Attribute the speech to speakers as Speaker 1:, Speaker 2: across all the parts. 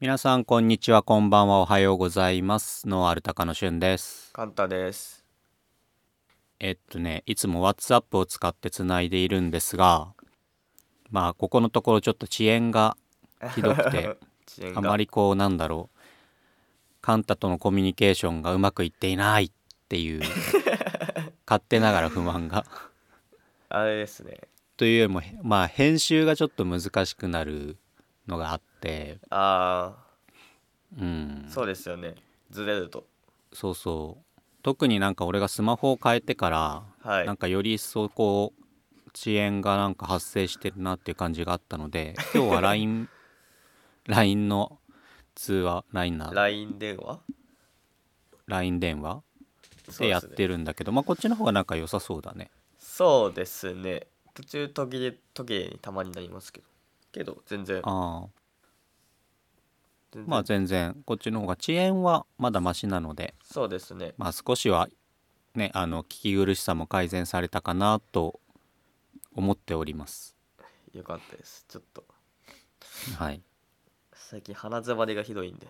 Speaker 1: 皆さん、こんにちは、こんばんは、おはようございます。ノーアルタカのしゅんです。
Speaker 2: カンタです。
Speaker 1: えっとね、いつも WhatsApp を使ってつないでいるんですが、まあ、ここのところちょっと遅延がひどく て、あまりこう、なんだろう、カンタとのコミュニケーションがうまくいっていないっていう、勝手ながら不満が
Speaker 2: あれですね。
Speaker 1: というよりも、まあ、編集がちょっと難しくなるのがあって、
Speaker 2: ああ。
Speaker 1: うん、
Speaker 2: そうですよねずれると
Speaker 1: そうそう特になんか俺がスマホを変えてから、
Speaker 2: はい、
Speaker 1: なんかより一層こう遅延がなんか発生してるなっていう感じがあったの で今日は LINE LINE の通話 LINE な
Speaker 2: LINE 電話
Speaker 1: LINE 電話でやってるんだけど、ね、まあこっちの方がなんか良さそうだね
Speaker 2: そうですね途中途切れ途切れにたまになりますけどけど全然
Speaker 1: ああまあ全然こっちの方が遅延はまだマシなので
Speaker 2: そうですね
Speaker 1: まあ少しはねあの聞き苦しさも改善されたかなと思っております
Speaker 2: よかったですちょっと
Speaker 1: はい
Speaker 2: 最近鼻づまりがひどいんで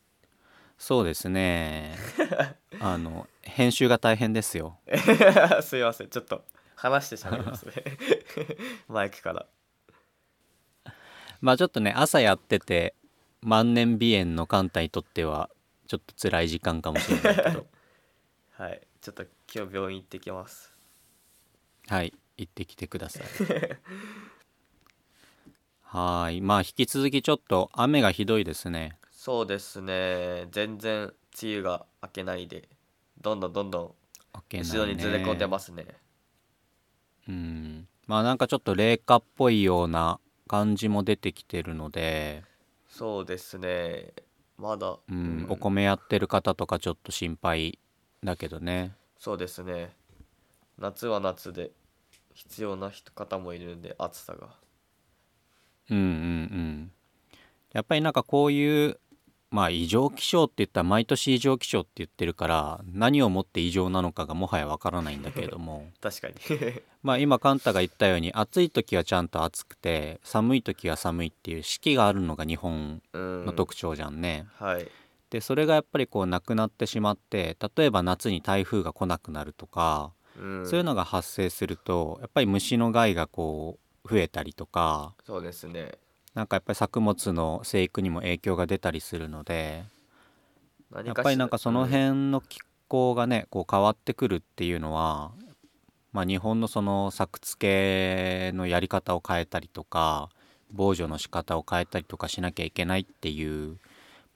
Speaker 1: そうですねあの編集が大変ですよ
Speaker 2: すいませんちょっと話してしゃべりますね マイクから
Speaker 1: まあちょっとね朝やってて万年鼻炎のカンタにとってはちょっと辛い時間かもしれ ないけど
Speaker 2: はいちょっと今日病院行ってきます
Speaker 1: はい行ってきてくださいはいまあ引き続きちょっと雨がひどいですね
Speaker 2: そうですね全然梅雨が明けないでどんどんどんどん後ろにずれ込んでますね、ね、
Speaker 1: うんまあなんかちょっと冷夏っぽいような感じも出てきてるので
Speaker 2: そうですねまだ、
Speaker 1: うん、うん、お米やってる方とかちょっと心配だけどね
Speaker 2: そうですね夏は夏で必要な人方もいるんで暑さが
Speaker 1: うんうんうんやっぱりなんかこういうまあ異常気象って言ったら毎年異常気象って言ってるから何をもって異常なのかがもはやわからないんだけれど も
Speaker 2: 確かに
Speaker 1: まあ今カンタが言ったように暑い時はちゃんと暑くて寒い時は寒いっていう四季があるのが日本の特徴じゃんね。
Speaker 2: んはい、
Speaker 1: でそれがやっぱりこうなくなってしまって例えば夏に台風が来なくなるとか、うん、そういうのが発生するとやっぱり虫の害がこう増えたりとか
Speaker 2: そうですね
Speaker 1: なんかやっぱり作物の生育にも影響が出たりするのでやっぱりなんかその辺の気候がねこう変わってくるっていうのは、まあ、日本のその作付けのやり方を変えたりとか防除の仕方を変えたりとかしなきゃいけないっていう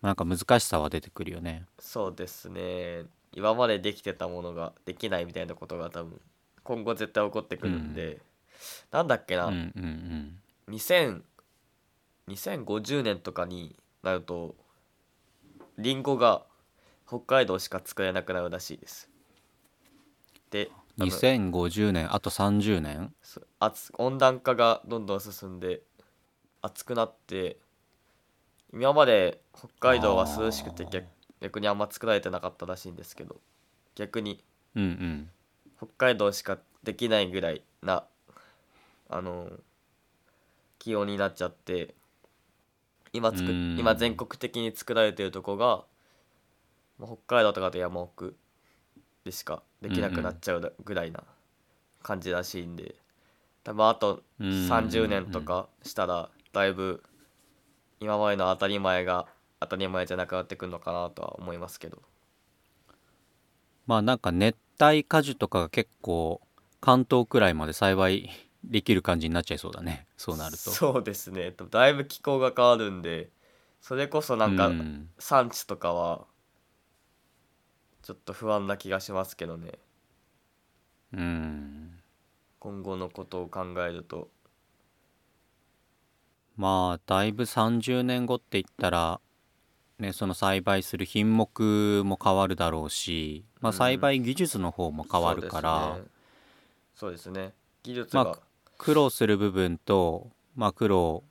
Speaker 1: なんか難しさは出てくるよね。
Speaker 2: そうですね今までできてたものができないみたいなことが多分今後絶対起こってくるんで、うん、なんだっけな、
Speaker 1: うんうんうん、
Speaker 2: 2000… 2050年とかになるとリンゴが北海道しか作れなくなるらしいですで
Speaker 1: 2050年あと30年
Speaker 2: 温暖化がどんどん進んで暑くなって今まで北海道は涼しくて逆にあんま作られてなかったらしいんですけど逆に、
Speaker 1: うんうん、
Speaker 2: 北海道しかできないぐらいなあの気温になっちゃって今つく今全国的に作られてるとこが北海道とかと山奥でしかできなくなっちゃうぐらいな感じらしいんで多分あと30年とかしたらだいぶ今までの当たり前が当たり前じゃなくなってくるのかなとは思いますけど
Speaker 1: まあなんか熱帯果樹とかが結構関東くらいまで栽培できる感じになっちゃいそうだねそうなると
Speaker 2: そうですねだいぶ気候が変わるんでそれこそなんか産地とかはちょっと不安な気がしますけどね
Speaker 1: うん
Speaker 2: 今後のことを考えると
Speaker 1: まあだいぶ30年後って言ったらね、その栽培する品目も変わるだろうし、まあ、栽培技術の方も変わるから、
Speaker 2: うん、そうですね、ね、技術
Speaker 1: が、まあ苦労する部分と、まあ、苦労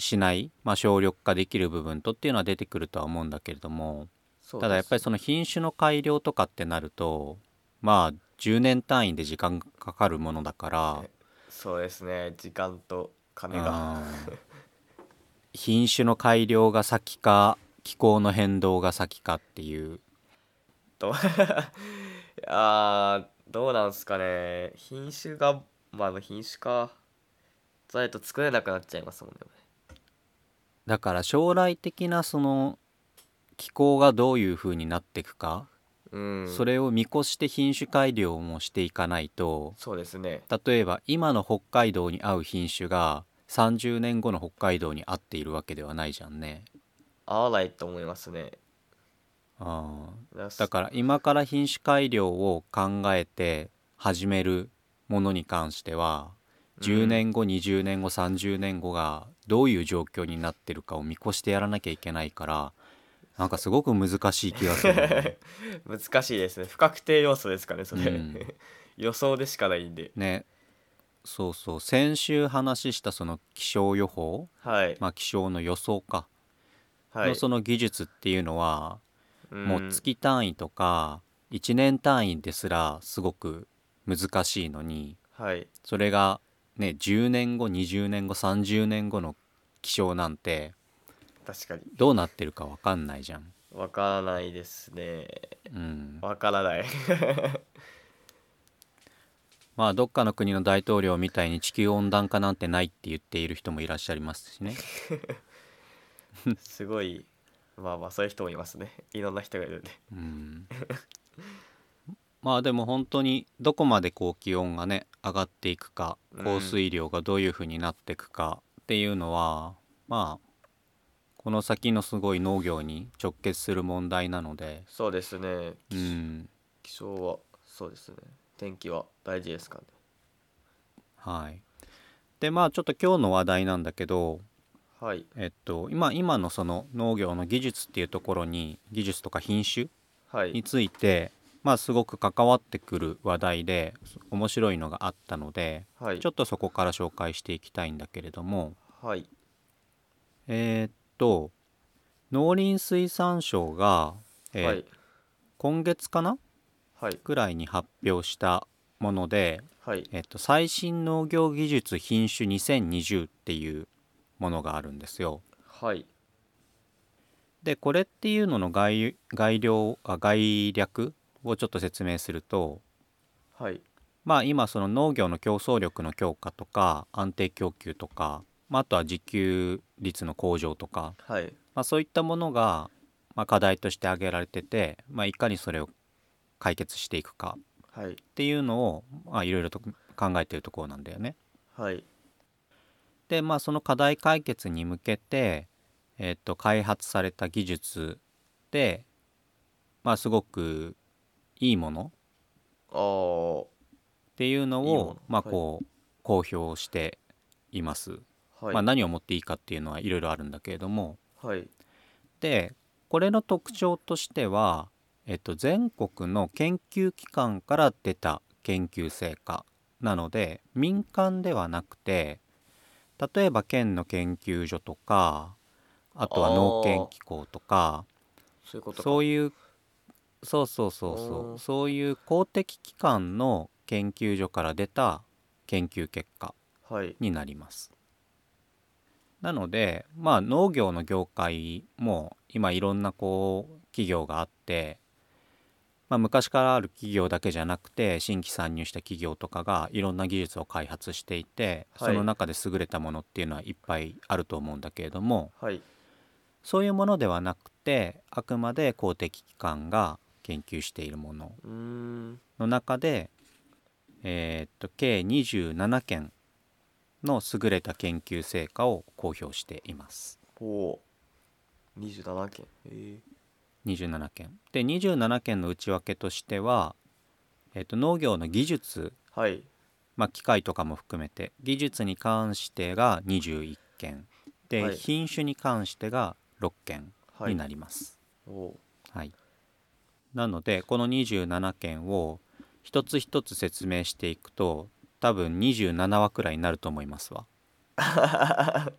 Speaker 1: しない、まあ、省力化できる部分とっていうのは出てくるとは思うんだけれども、ね、ただやっぱりその品種の改良とかってなるとまあ10年単位で時間かかるものだから
Speaker 2: そうですね時間と金が
Speaker 1: 品種の改良が先か気候の変動が先かっていう
Speaker 2: どうあーどうなんすかね品種がまあ品種かじゃないと作れなくなっちゃいますもんね
Speaker 1: だから将来的なその気候がどういう風になっていくか、
Speaker 2: うん
Speaker 1: それを見越して品種改良もしていかないと
Speaker 2: そうですね
Speaker 1: 例えば今の北海道に合う品種が30年後の北海道に合っているわけではないじゃんね。
Speaker 2: 合わないと思いますね
Speaker 1: あー
Speaker 2: だ
Speaker 1: だ
Speaker 2: ら
Speaker 1: から今から品種改良を考えて始めるものに関しては10年後、20年後30年後がどういう状況になってるかを見越してやらなきゃいけないからなんかすごく難しい気がするんだよ ね
Speaker 2: 難しいですね不確定要素ですかねそれ、
Speaker 1: うん
Speaker 2: 予想でしかないんで
Speaker 1: ねそうそう先週話したその気象予報
Speaker 2: はい、
Speaker 1: まあ気象の予想か、
Speaker 2: はい
Speaker 1: のその技術っていうのはもう
Speaker 2: うん
Speaker 1: 月単位とか1年単位ですらすごく難しいのに
Speaker 2: はい
Speaker 1: それがね10年後20年後30年後の気象なんて
Speaker 2: 確かに
Speaker 1: どうなってるか分かんないじゃん。
Speaker 2: わからないですね
Speaker 1: うん、
Speaker 2: わか らない
Speaker 1: まあどっかの国の大統領みたいに地球温暖化なんてないって言っている人もいらっしゃいますしね。
Speaker 2: すごいまあまあそういう人もいますねいろんな人がいるんで
Speaker 1: うん、まあでも本当にどこまでこう気温がね上がっていくか
Speaker 2: うん
Speaker 1: 降水量がどういうふうになっていくかっていうのは、まあこの先のすごい農業に直結する問題なので、
Speaker 2: そうですね
Speaker 1: うん、
Speaker 2: 気象はそうですね天気は大事ですかね
Speaker 1: はい。でまあちょっと今日の話題なんだけど、
Speaker 2: はい
Speaker 1: えっと、今今のその農業の技術っていうところに技術とか品種
Speaker 2: は
Speaker 1: に
Speaker 2: い
Speaker 1: ついて、まあ、すごく関わってくる話題で面白いのがあったので
Speaker 2: はい
Speaker 1: ちょっとそこから紹介していきたいんだけれども
Speaker 2: はい
Speaker 1: えーっと農林水産省が、えー
Speaker 2: はい
Speaker 1: 今月かな
Speaker 2: はい
Speaker 1: くらいに発表したもので、
Speaker 2: はい
Speaker 1: えーっと最新農業技術品種2020っていうものがあるんですよ。
Speaker 2: はい
Speaker 1: でこれっていうのの概概量あ概略をちょっと説明すると
Speaker 2: はい
Speaker 1: まあ今その農業の競争力の強化とか安定供給とか、まあ、あとは自給率の向上とか、
Speaker 2: はい
Speaker 1: まあ、そういったものがまあ課題として挙げられてて、まあ、いかにそれを解決していくか
Speaker 2: はい
Speaker 1: っていうのをまあいろいろと考えてるところなんだよね。
Speaker 2: はい
Speaker 1: でまあその課題解決に向けて、えっと開発された技術でまあすごくいいもの
Speaker 2: あー
Speaker 1: っていうのを
Speaker 2: いいもの
Speaker 1: まあ
Speaker 2: はい
Speaker 1: こう、公表しています。
Speaker 2: はい、
Speaker 1: まあ、何を持っていいかっていうのはいろいろあるんだけれども
Speaker 2: はい
Speaker 1: でこれの特徴としては、えっと、全国の研究機関から出た研究成果なので民間ではなくて例えば県の研究所とかあとは
Speaker 2: あー
Speaker 1: 農研機構とか
Speaker 2: そういうことか
Speaker 1: そういうそうそうそうそ
Speaker 2: おー
Speaker 1: うそういう公的機関の研究所から出た研究結果
Speaker 2: はい
Speaker 1: になります。なのでまあ農業の業界も今いろんなこう企業があって、まあ、昔からある企業だけじゃなくて新規参入した企業とかがいろんな技術を開発していて、
Speaker 2: は
Speaker 1: そ
Speaker 2: い
Speaker 1: の中で優れたものっていうのはいっぱいあると思うんだけれども
Speaker 2: はい
Speaker 1: そういうものではなくてあくまで公的機関が研究しているもの
Speaker 2: うーん
Speaker 1: の中で、えーっと計27件の優れた研究成果を公表しています
Speaker 2: ほう27件え
Speaker 1: 27件で27件の内訳としては、えーっと農業の技術、
Speaker 2: ー、はい
Speaker 1: まあ、機械とかも含めて技術に関してが21件で、
Speaker 2: はい
Speaker 1: 品種に関してが6件
Speaker 2: はい
Speaker 1: になります、
Speaker 2: お
Speaker 1: はい、なのでこの27件を一つ一つ説明していくと多分27話くらいになると思いますわ
Speaker 2: まあ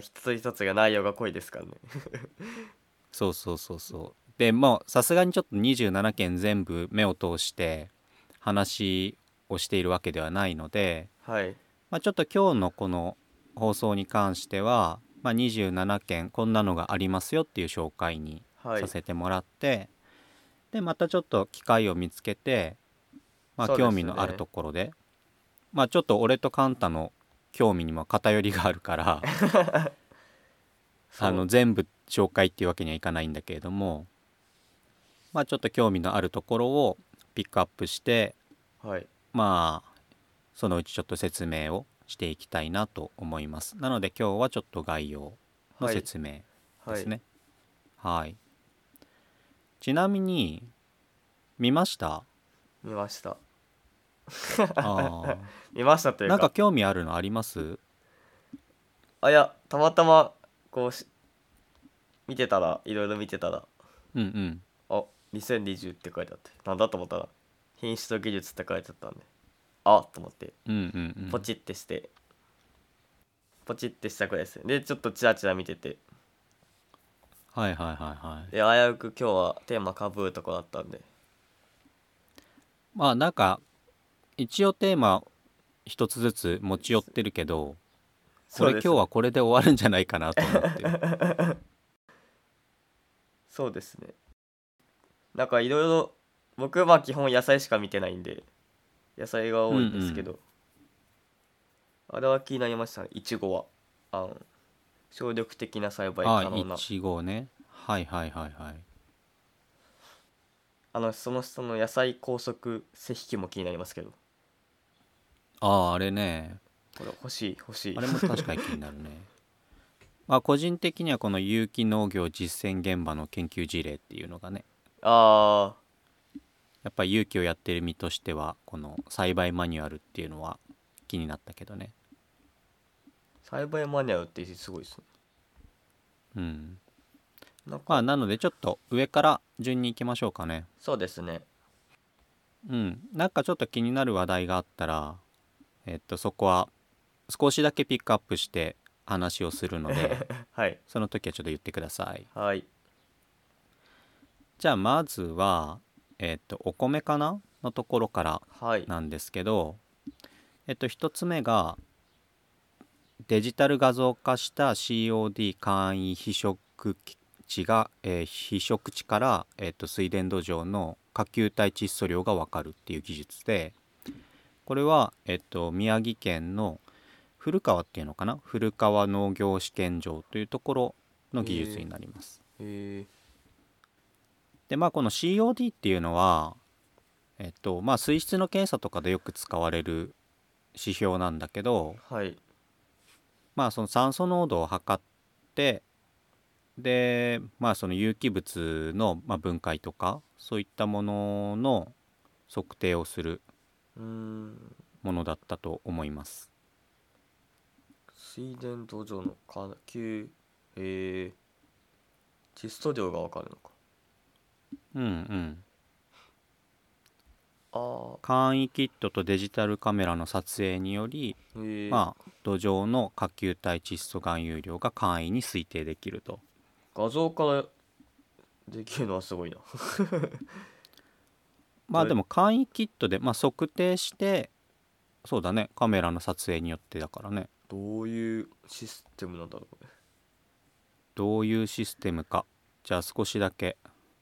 Speaker 2: 一つ一つが内容が濃いですからね
Speaker 1: そうそうそうそうでもうさすがにちょっと27件全部目を通して話をしているわけではないので、
Speaker 2: はい
Speaker 1: まあ、ちょっと今日のこの放送に関してはまあ、27件こんなのがありますよっていう紹介に
Speaker 2: はい
Speaker 1: させてもらって、でまたちょっと機会を見つけて、まあ、
Speaker 2: そうですね
Speaker 1: 興味のあるところでまあちょっと俺とカンタの興味にも偏りがあるから
Speaker 2: そう
Speaker 1: あの全部紹介っていうわけにはいかないんだけれどもまあちょっと興味のあるところをピックアップして
Speaker 2: はい
Speaker 1: まあそのうちちょっと説明をしていきたいなと思います。なので今日はちょっと概要の
Speaker 2: はい
Speaker 1: 説明
Speaker 2: は
Speaker 1: で
Speaker 2: い
Speaker 1: すね。はい。ちなみに見ま した？
Speaker 2: 見ました
Speaker 1: あ
Speaker 2: 見ましたと
Speaker 1: ー
Speaker 2: いう
Speaker 1: な
Speaker 2: か
Speaker 1: んか興味あるのあります？
Speaker 2: あいやたまたまこうし見てたらいろいろ見てたら
Speaker 1: うんうん。
Speaker 2: あ2020って書いてあってなんだと思ったら品質と技術って書いてあったんであと思って
Speaker 1: うんうんうん。
Speaker 2: ポチってして、ポチってしたくらいですでちょっとチラチラ見てて
Speaker 1: はいはいはいはい。
Speaker 2: で危うく今日はテーマかぶるとこだったんで
Speaker 1: まあなんか一応テーマ一つずつ持ち寄ってるけど、これ今日はこれで終わるんじゃないかなと思って。
Speaker 2: そうですねなんかいろいろ僕はまあ基本野菜しか見てないんで野菜が多いんですけど、あれは気になりましたねいちごはあの省力的な栽培可
Speaker 1: あ
Speaker 2: 能な
Speaker 1: ー、いちごね。はいはいはいはい。
Speaker 2: あのそのその野菜高速施肥機も気になりますけど
Speaker 1: あああれね
Speaker 2: これ欲しい欲しい
Speaker 1: あれも確かに気になるね まあ個人的にはこの有機農業実践現場の研究事例っていうのがね
Speaker 2: あ
Speaker 1: やっぱり有機をやってる身としてはこの栽培マニュアルっていうのは気になったけどね
Speaker 2: ー栽培マニュアルってすごいですね
Speaker 1: うん
Speaker 2: なんか
Speaker 1: まあなのでちょっと上から順に行きましょうかね
Speaker 2: そうですね
Speaker 1: うんなんかちょっと気になる話題があったらえっとそこは少しだけピックアップして話をするの で
Speaker 2: はい
Speaker 1: その時はちょっと言ってください
Speaker 2: はい
Speaker 1: じゃあまずは、えっとお米かなのところから
Speaker 2: はい
Speaker 1: なんですけど、えっと1つ目がデジタル画像化した COD 簡易非植地が、えー非植地から、えっと水田土壌の下球体窒素量が分かるっていう技術でこれは、えっと宮城県の古川っていうのかな古川農業試験場というところの技術になります。
Speaker 2: え
Speaker 1: でまあこの COD っていうのはえっとまあ水質の検査とかでよく使われる指標なんだけど
Speaker 2: ー、はい
Speaker 1: まあその酸素濃度を測ってでまあその有機物の、まあ、分解とかそういったものの測定をする
Speaker 2: うーん
Speaker 1: ものだったと思います。
Speaker 2: 水田土壌の下級えー、窒素量がわかるのか
Speaker 1: うんうん、
Speaker 2: あ
Speaker 1: 簡易キットとデジタルカメラの撮影により、
Speaker 2: あえー、
Speaker 1: まあ、土壌の下球体窒素含有量が簡易に推定できると。
Speaker 2: 画像からできるのはすごいな
Speaker 1: まあ
Speaker 2: どれ
Speaker 1: でも簡易キットで、まあ、測定してそうだねカメラの撮影によってだからね
Speaker 2: どういうシステムなんだろうこれ
Speaker 1: どういうシステムかじゃあ少しだけ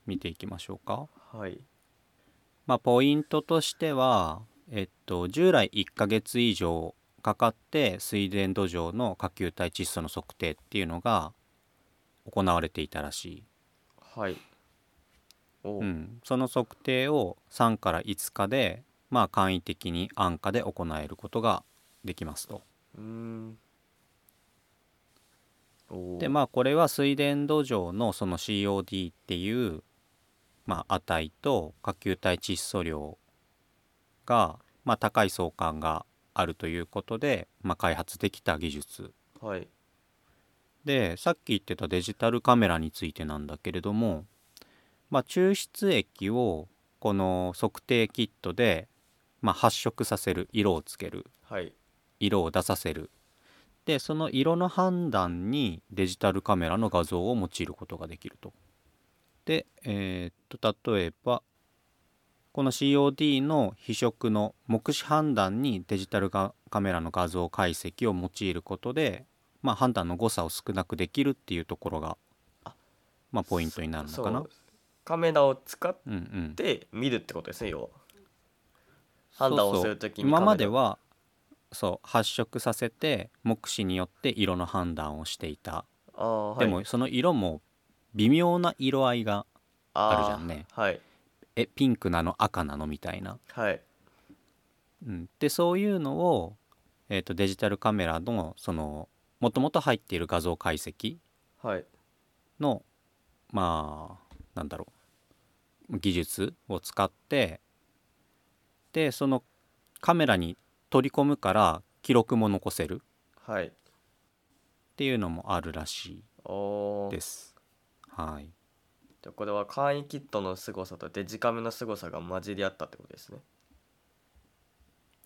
Speaker 1: 見ていきましょうか、
Speaker 2: はい
Speaker 1: まあ、ポイントとしては、えっと、従来1ヶ月以上かかって水田土壌の下球体窒素の測定っていうのが行われていたらしい、
Speaker 2: はいおう
Speaker 1: うん、その測定を3から5日で、まあ、簡易的に安価で行えることができますと。
Speaker 2: ーんお
Speaker 1: でまあこれは水田土壌のその COD っていう、まあ、値と下球体窒素量が、まあ、高い相関があるということで、まあ、開発できた技術
Speaker 2: あはい
Speaker 1: でさっき言ってたデジタルカメラについてなんだけれども、まあ、抽出液をこの測定キットで、まあ、発色させる色をつける
Speaker 2: はい
Speaker 1: 色を出させるでその色の判断にデジタルカメラの画像を用いることができると。で、えーっと例えばこの COD の非色の目視判断にデジタルがカメラの画像解析を用いることで、まあ、判断の誤差を少なくできるっていうところが
Speaker 2: あ
Speaker 1: まあ、ポイントになるのかな。
Speaker 2: そううカメラを使っ
Speaker 1: んうん、
Speaker 2: て見るってことですね要は判断をするときに
Speaker 1: そうそう今まで
Speaker 2: カメ
Speaker 1: はそう発色させて目視によって色の判断をしていた、
Speaker 2: ラあー、はい、
Speaker 1: でもその色も微妙な色合いが
Speaker 2: あー
Speaker 1: あるじゃんね
Speaker 2: はい
Speaker 1: えピンクなの赤なのみたいな、
Speaker 2: はい
Speaker 1: うん、でそういうのを、えー、とデジタルカメラのそのもともと入っている画像解析
Speaker 2: はい
Speaker 1: のまあなんだろう技術を使ってでそのカメラに取り込むから記録も残せる
Speaker 2: はい
Speaker 1: っていうのもあるらし
Speaker 2: お
Speaker 1: い
Speaker 2: ー
Speaker 1: です。はい、
Speaker 2: じゃあこれは簡易キットの凄さとデジカメの凄さが混じり合ったってことですね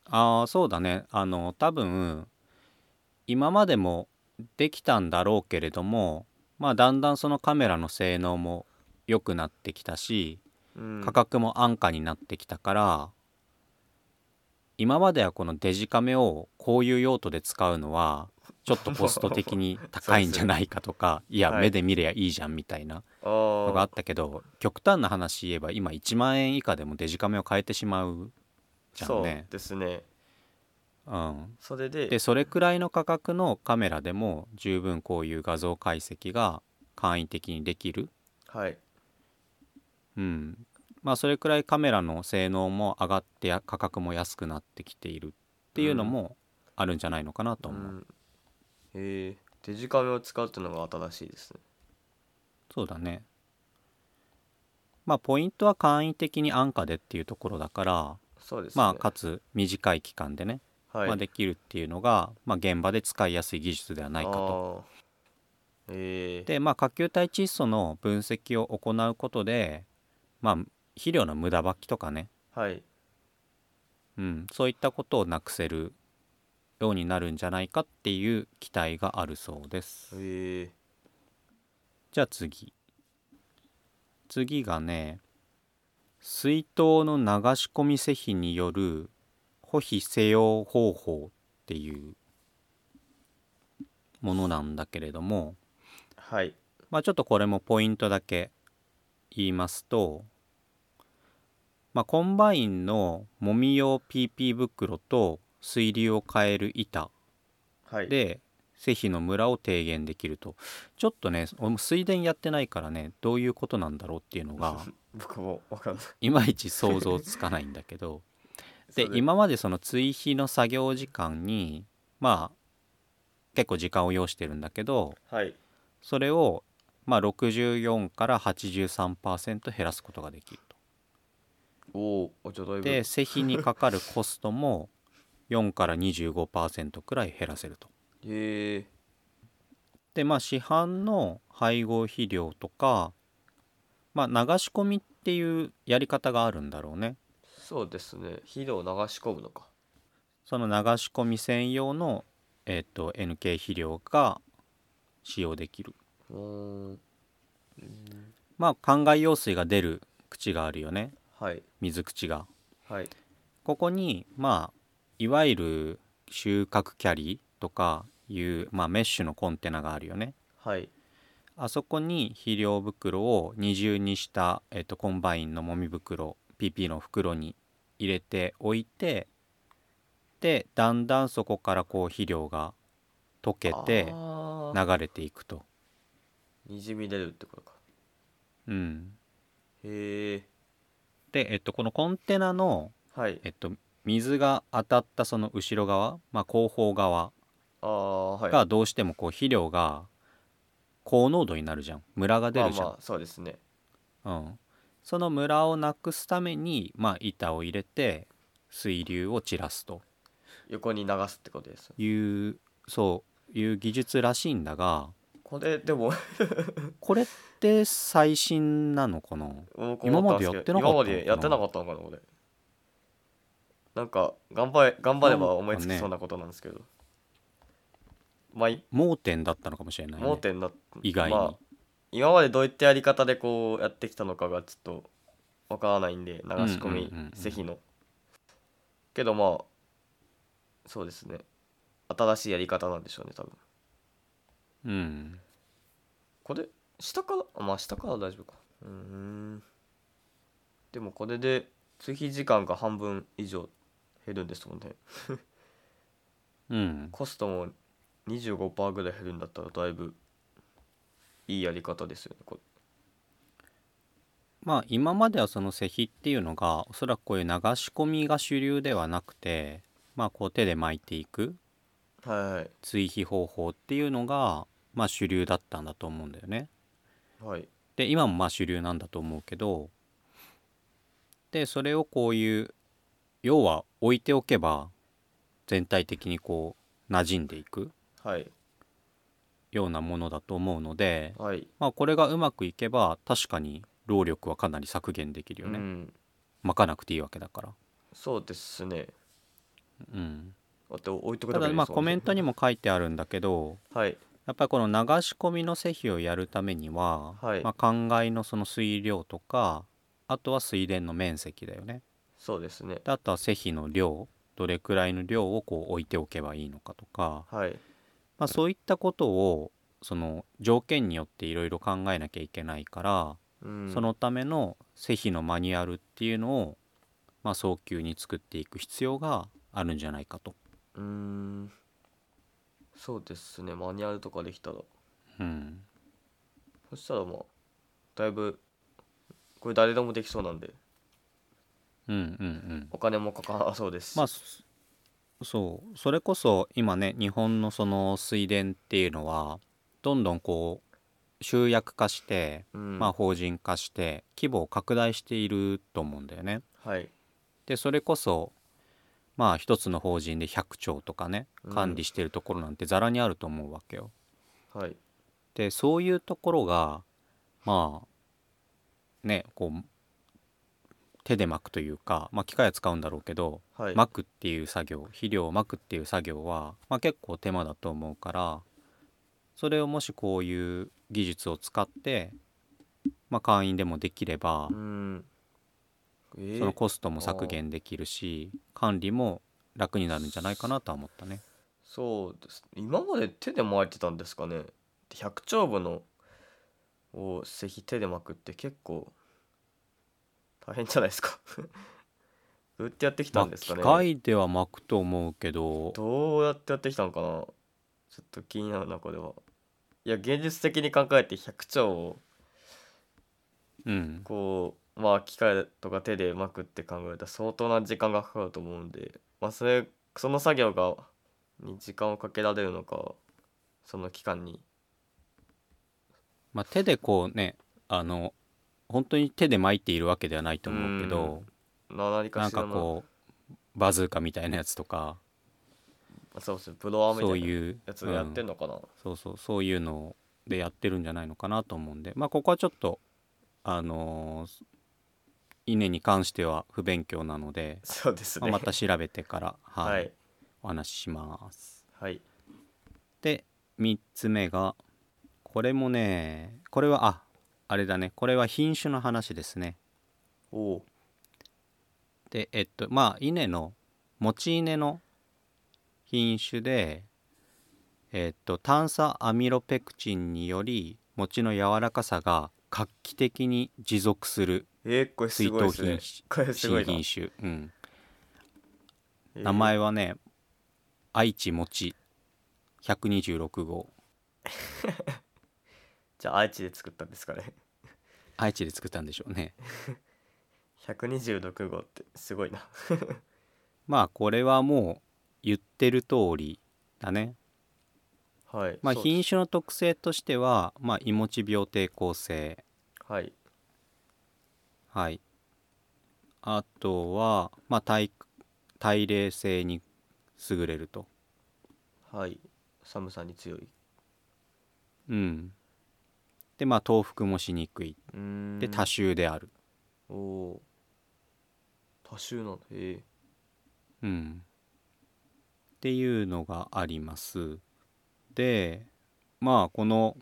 Speaker 1: ああそうだねあの多分今までもできたんだろうけれどもまあだんだんそのカメラの性能も良くなってきたし
Speaker 2: うん
Speaker 1: 価格も安価になってきたから、今まではこのデジカメをこういう用途で使うのはちょっとコスト的に高いんじゃないかと かいや
Speaker 2: はい
Speaker 1: 目で見りゃいいじゃんみたいな
Speaker 2: あ
Speaker 1: のがあ
Speaker 2: ー
Speaker 1: ったけど極端な話言えば今1万円以下でもデジカメを変えてしまうじゃ
Speaker 2: そ
Speaker 1: ん
Speaker 2: う
Speaker 1: ね。
Speaker 2: ですね
Speaker 1: うん、
Speaker 2: それで
Speaker 1: でそれくらいの価格のカメラでも十分こういう画像解析が簡易的にできる
Speaker 2: はい
Speaker 1: うん、まあそれくらいカメラの性能も上がってや価格も安くなってきているっていうのもあるんじゃないのかなと思う、
Speaker 2: ん、へえデジカメを使うっていうのが新しいですね
Speaker 1: そうだねまあポイントは簡易的に安価でっていうところだから、
Speaker 2: そうですね
Speaker 1: まあかつ短い期間でね、
Speaker 2: はい、
Speaker 1: まあ、できるっていうのが、まあ、現場で使いやすい技術ではないかと
Speaker 2: あーへえ
Speaker 1: でまあ下球体窒素の分析を行うことでまあ肥料の無駄ばきとかね
Speaker 2: はい
Speaker 1: うん、そういったことをなくせるようになるんじゃないかっていう期待があるそうです。
Speaker 2: へえ
Speaker 1: じゃあ次。次がね、水筒の流し込み施肥による保肥施用方法っていうものなんだけれども、
Speaker 2: はい
Speaker 1: まあ、ちょっとこれもポイントだけ言いますと、まあ、コンバインのもみ用 PP 袋と水流を変える板
Speaker 2: はい
Speaker 1: で施肥のムラを低減できるとちょっとね俺も水田やってないからねどういうことなんだろうっていうのが
Speaker 2: 僕もわかんない
Speaker 1: まいち想像つかないんだけど
Speaker 2: い
Speaker 1: で
Speaker 2: それ
Speaker 1: 今までその追肥の作業時間にまあ結構時間を要してるんだけど、
Speaker 2: はい
Speaker 1: それをまあ64から83%減らすことができると。
Speaker 2: おおちょだいぶ
Speaker 1: で施肥にかかるコストも4から25%くらい減らせると。
Speaker 2: へえ
Speaker 1: でまあ市販の配合肥料とか、まあ、流し込みっていうやり方があるんだろうね。
Speaker 2: そうですね肥料を流し込むのか
Speaker 1: その流し込み専用の、えっと NK 肥料が使用できる。
Speaker 2: うーん
Speaker 1: まあ灌漑用水が出る口があるよね
Speaker 2: はい
Speaker 1: 水口が。
Speaker 2: はい
Speaker 1: ここにまあいわゆる収穫キャリーとかいう、まあ、メッシュのコンテナがあるよね
Speaker 2: はい
Speaker 1: あそこに肥料袋を二重にした、えっとコンバインのもみ袋 PP の袋に入れておいてでだんだんそこからこう肥料が溶けて
Speaker 2: あー
Speaker 1: 流れていくと、
Speaker 2: にじみ出るってことか
Speaker 1: うん、
Speaker 2: へえ
Speaker 1: で、えっとこのコンテナの、
Speaker 2: はい
Speaker 1: えっと水が当たったその後ろ側、まあ、後方側
Speaker 2: ああはい
Speaker 1: がどうしてもこう肥料が高濃度になるじゃんムラが出るじゃん、
Speaker 2: まあまあそうですね
Speaker 1: うん、そのムラをなくすために、まあ、板を入れて水流を散らすと
Speaker 2: 横に流すってことです
Speaker 1: いうそういう技術らしいんだが
Speaker 2: これでも
Speaker 1: これって最新なのかな
Speaker 2: 僕
Speaker 1: 今
Speaker 2: 思
Speaker 1: ま
Speaker 2: った
Speaker 1: で
Speaker 2: ん
Speaker 1: すやっ
Speaker 2: け
Speaker 1: て
Speaker 2: ど
Speaker 1: なかったのかな
Speaker 2: 今までやってなかったのかな俺なんか頑張れ頑張れば思いつきそうなことなんですけど、まあい
Speaker 1: 盲点だったのかもしれない、ね、
Speaker 2: 盲点だ
Speaker 1: 意外に、
Speaker 2: まあ今までどういったやり方でこうやってきたのかがちょっとわからないんで流し
Speaker 1: う
Speaker 2: 込
Speaker 1: んうんうんうん
Speaker 2: み是非のけどまあそうですね新しいやり方なんでしょうね多分
Speaker 1: うん
Speaker 2: これ下からあまあ下から大丈夫かうーんでもこれで追肥時間が半分以上減るんですもんね
Speaker 1: うん
Speaker 2: コストも25%ぐらい減るんだったらだいぶいいやり方ですよねこ
Speaker 1: まあ今まではその施肥っていうのがおそらくこういう流し込みが主流ではなくてまあこう手で巻いていく
Speaker 2: れは
Speaker 1: 追肥方法っていうのがまあ主流だったんだと思うんだよね。
Speaker 2: いはい
Speaker 1: で今もまあ主流なんだと思うけどでそれをこういう要は置いておけば全体的にこう馴染んでいく
Speaker 2: はい
Speaker 1: ようなものだと思うので、
Speaker 2: はい
Speaker 1: まあ、これがうまくいけば確かに労力はかなり削減できるよね、
Speaker 2: うん
Speaker 1: 巻かなくていいわけだから。
Speaker 2: そうですね
Speaker 1: うん、
Speaker 2: だって置いとく
Speaker 1: た
Speaker 2: だけ
Speaker 1: だ
Speaker 2: で
Speaker 1: まあコメントに
Speaker 2: も
Speaker 1: も書いてあるんだけど
Speaker 2: はい
Speaker 1: やっぱりこの流し込みの施肥をやるためには、
Speaker 2: はい
Speaker 1: まあ、灌漑のその水量とかあとは水田の面積だよね
Speaker 2: そうですね
Speaker 1: であとは施肥の量どれくらいの量をこう置いておけばいいのかとか、
Speaker 2: はい
Speaker 1: まあ、そういったことをその条件によっていろいろ考えなきゃいけないから、
Speaker 2: うん
Speaker 1: そのための施肥のマニュアルっていうのを、まあ、早急に作っていく必要があるんじゃないかと。
Speaker 2: うーんそうですねマニュアルとかできたら
Speaker 1: うん、
Speaker 2: そしたらまあだいぶこれ誰でもできそうなんで
Speaker 1: うん、うんうん
Speaker 2: お金もかからなそうですし
Speaker 1: まあそそうそれこそ今ね日本のその水田っていうのはどんどんこう集約化して
Speaker 2: うん
Speaker 1: まあ、法人化して規模を拡大していると思うんだよね。
Speaker 2: はい
Speaker 1: でそれこそまあ一つの法人で100兆とかね
Speaker 2: うん
Speaker 1: 管理してるところなんてざらにあると思うわけよ。
Speaker 2: はい
Speaker 1: でそういうところがまあねこう手で巻くというか、まあ、機械は使うんだろうけど
Speaker 2: はい
Speaker 1: 巻くっていう作業肥料を巻くっていう作業は、まあ、結構手間だと思うからそれをもしこういう技術を使って、まあ、会員でもできれば
Speaker 2: うんえー
Speaker 1: そのコストも削減できるし管理も楽になるんじゃないかなとは思ったね。
Speaker 2: そうです今まで手で巻いてたんですかね100丁分のを石碑手で巻くって結構大変じゃないですか どうやってやってきた
Speaker 1: まあ
Speaker 2: んですか
Speaker 1: 機
Speaker 2: ね、
Speaker 1: 械では巻くと思うけど
Speaker 2: どうやってやってきたのかなちょっと気になるなこれはいや現実的に考えて100兆を
Speaker 1: うん
Speaker 2: こうまあ機械とか手で巻くって考えたら相当な時間がかかると思うんで、まあ、それその作業がに時間をかけられるのかその期間に
Speaker 1: まあ、手でこうねあの本当に手で巻いているわけではないと思うけど
Speaker 2: 何か
Speaker 1: なん
Speaker 2: しら
Speaker 1: か
Speaker 2: の
Speaker 1: こうバズーカみたいなやつとか
Speaker 2: あそうそうブロワー
Speaker 1: そう
Speaker 2: みたいな
Speaker 1: いう
Speaker 2: やつやって
Speaker 1: うんん
Speaker 2: のかな、
Speaker 1: そうそうそういうのでやってるんじゃないのかなと思うんでまあここはちょっとあのー稲に関しては不勉強なので、
Speaker 2: そうです
Speaker 1: ま
Speaker 2: ね
Speaker 1: あまた調べてから、
Speaker 2: は
Speaker 1: はいい、お話しします。
Speaker 2: はい
Speaker 1: で3つ目がこれもねこれはああれだねこれは品種の話ですね。
Speaker 2: おお
Speaker 1: でえっとまあ稲の持ち稲の品種でえっと炭酸アミロペクチンにより餅の柔らかさが画期的に持続する
Speaker 2: えー、これす
Speaker 1: 水
Speaker 2: ごい
Speaker 1: 筒
Speaker 2: です
Speaker 1: 品
Speaker 2: ね
Speaker 1: 種
Speaker 2: これすご
Speaker 1: 新
Speaker 2: いな
Speaker 1: 品、種、うん、
Speaker 2: えー
Speaker 1: 名前はね愛知餅126号
Speaker 2: じゃあ愛知で作ったんですかね
Speaker 1: 愛知で作ったんでしょうね
Speaker 2: 126号ってすごいな
Speaker 1: まあこれはもう言ってる通りだね、
Speaker 2: はい
Speaker 1: まあ、
Speaker 2: そうです
Speaker 1: 品種の特性としては、まあ、イモチ病抵抗性
Speaker 2: はい
Speaker 1: はいあとは、まあ、耐耐冷性に優れると
Speaker 2: はい寒さに強い
Speaker 1: うんでまあ倒伏もしにくいう
Speaker 2: ーん
Speaker 1: で多臭である
Speaker 2: おおー多種なんだえ
Speaker 1: うん、っていうのがありますでまあこの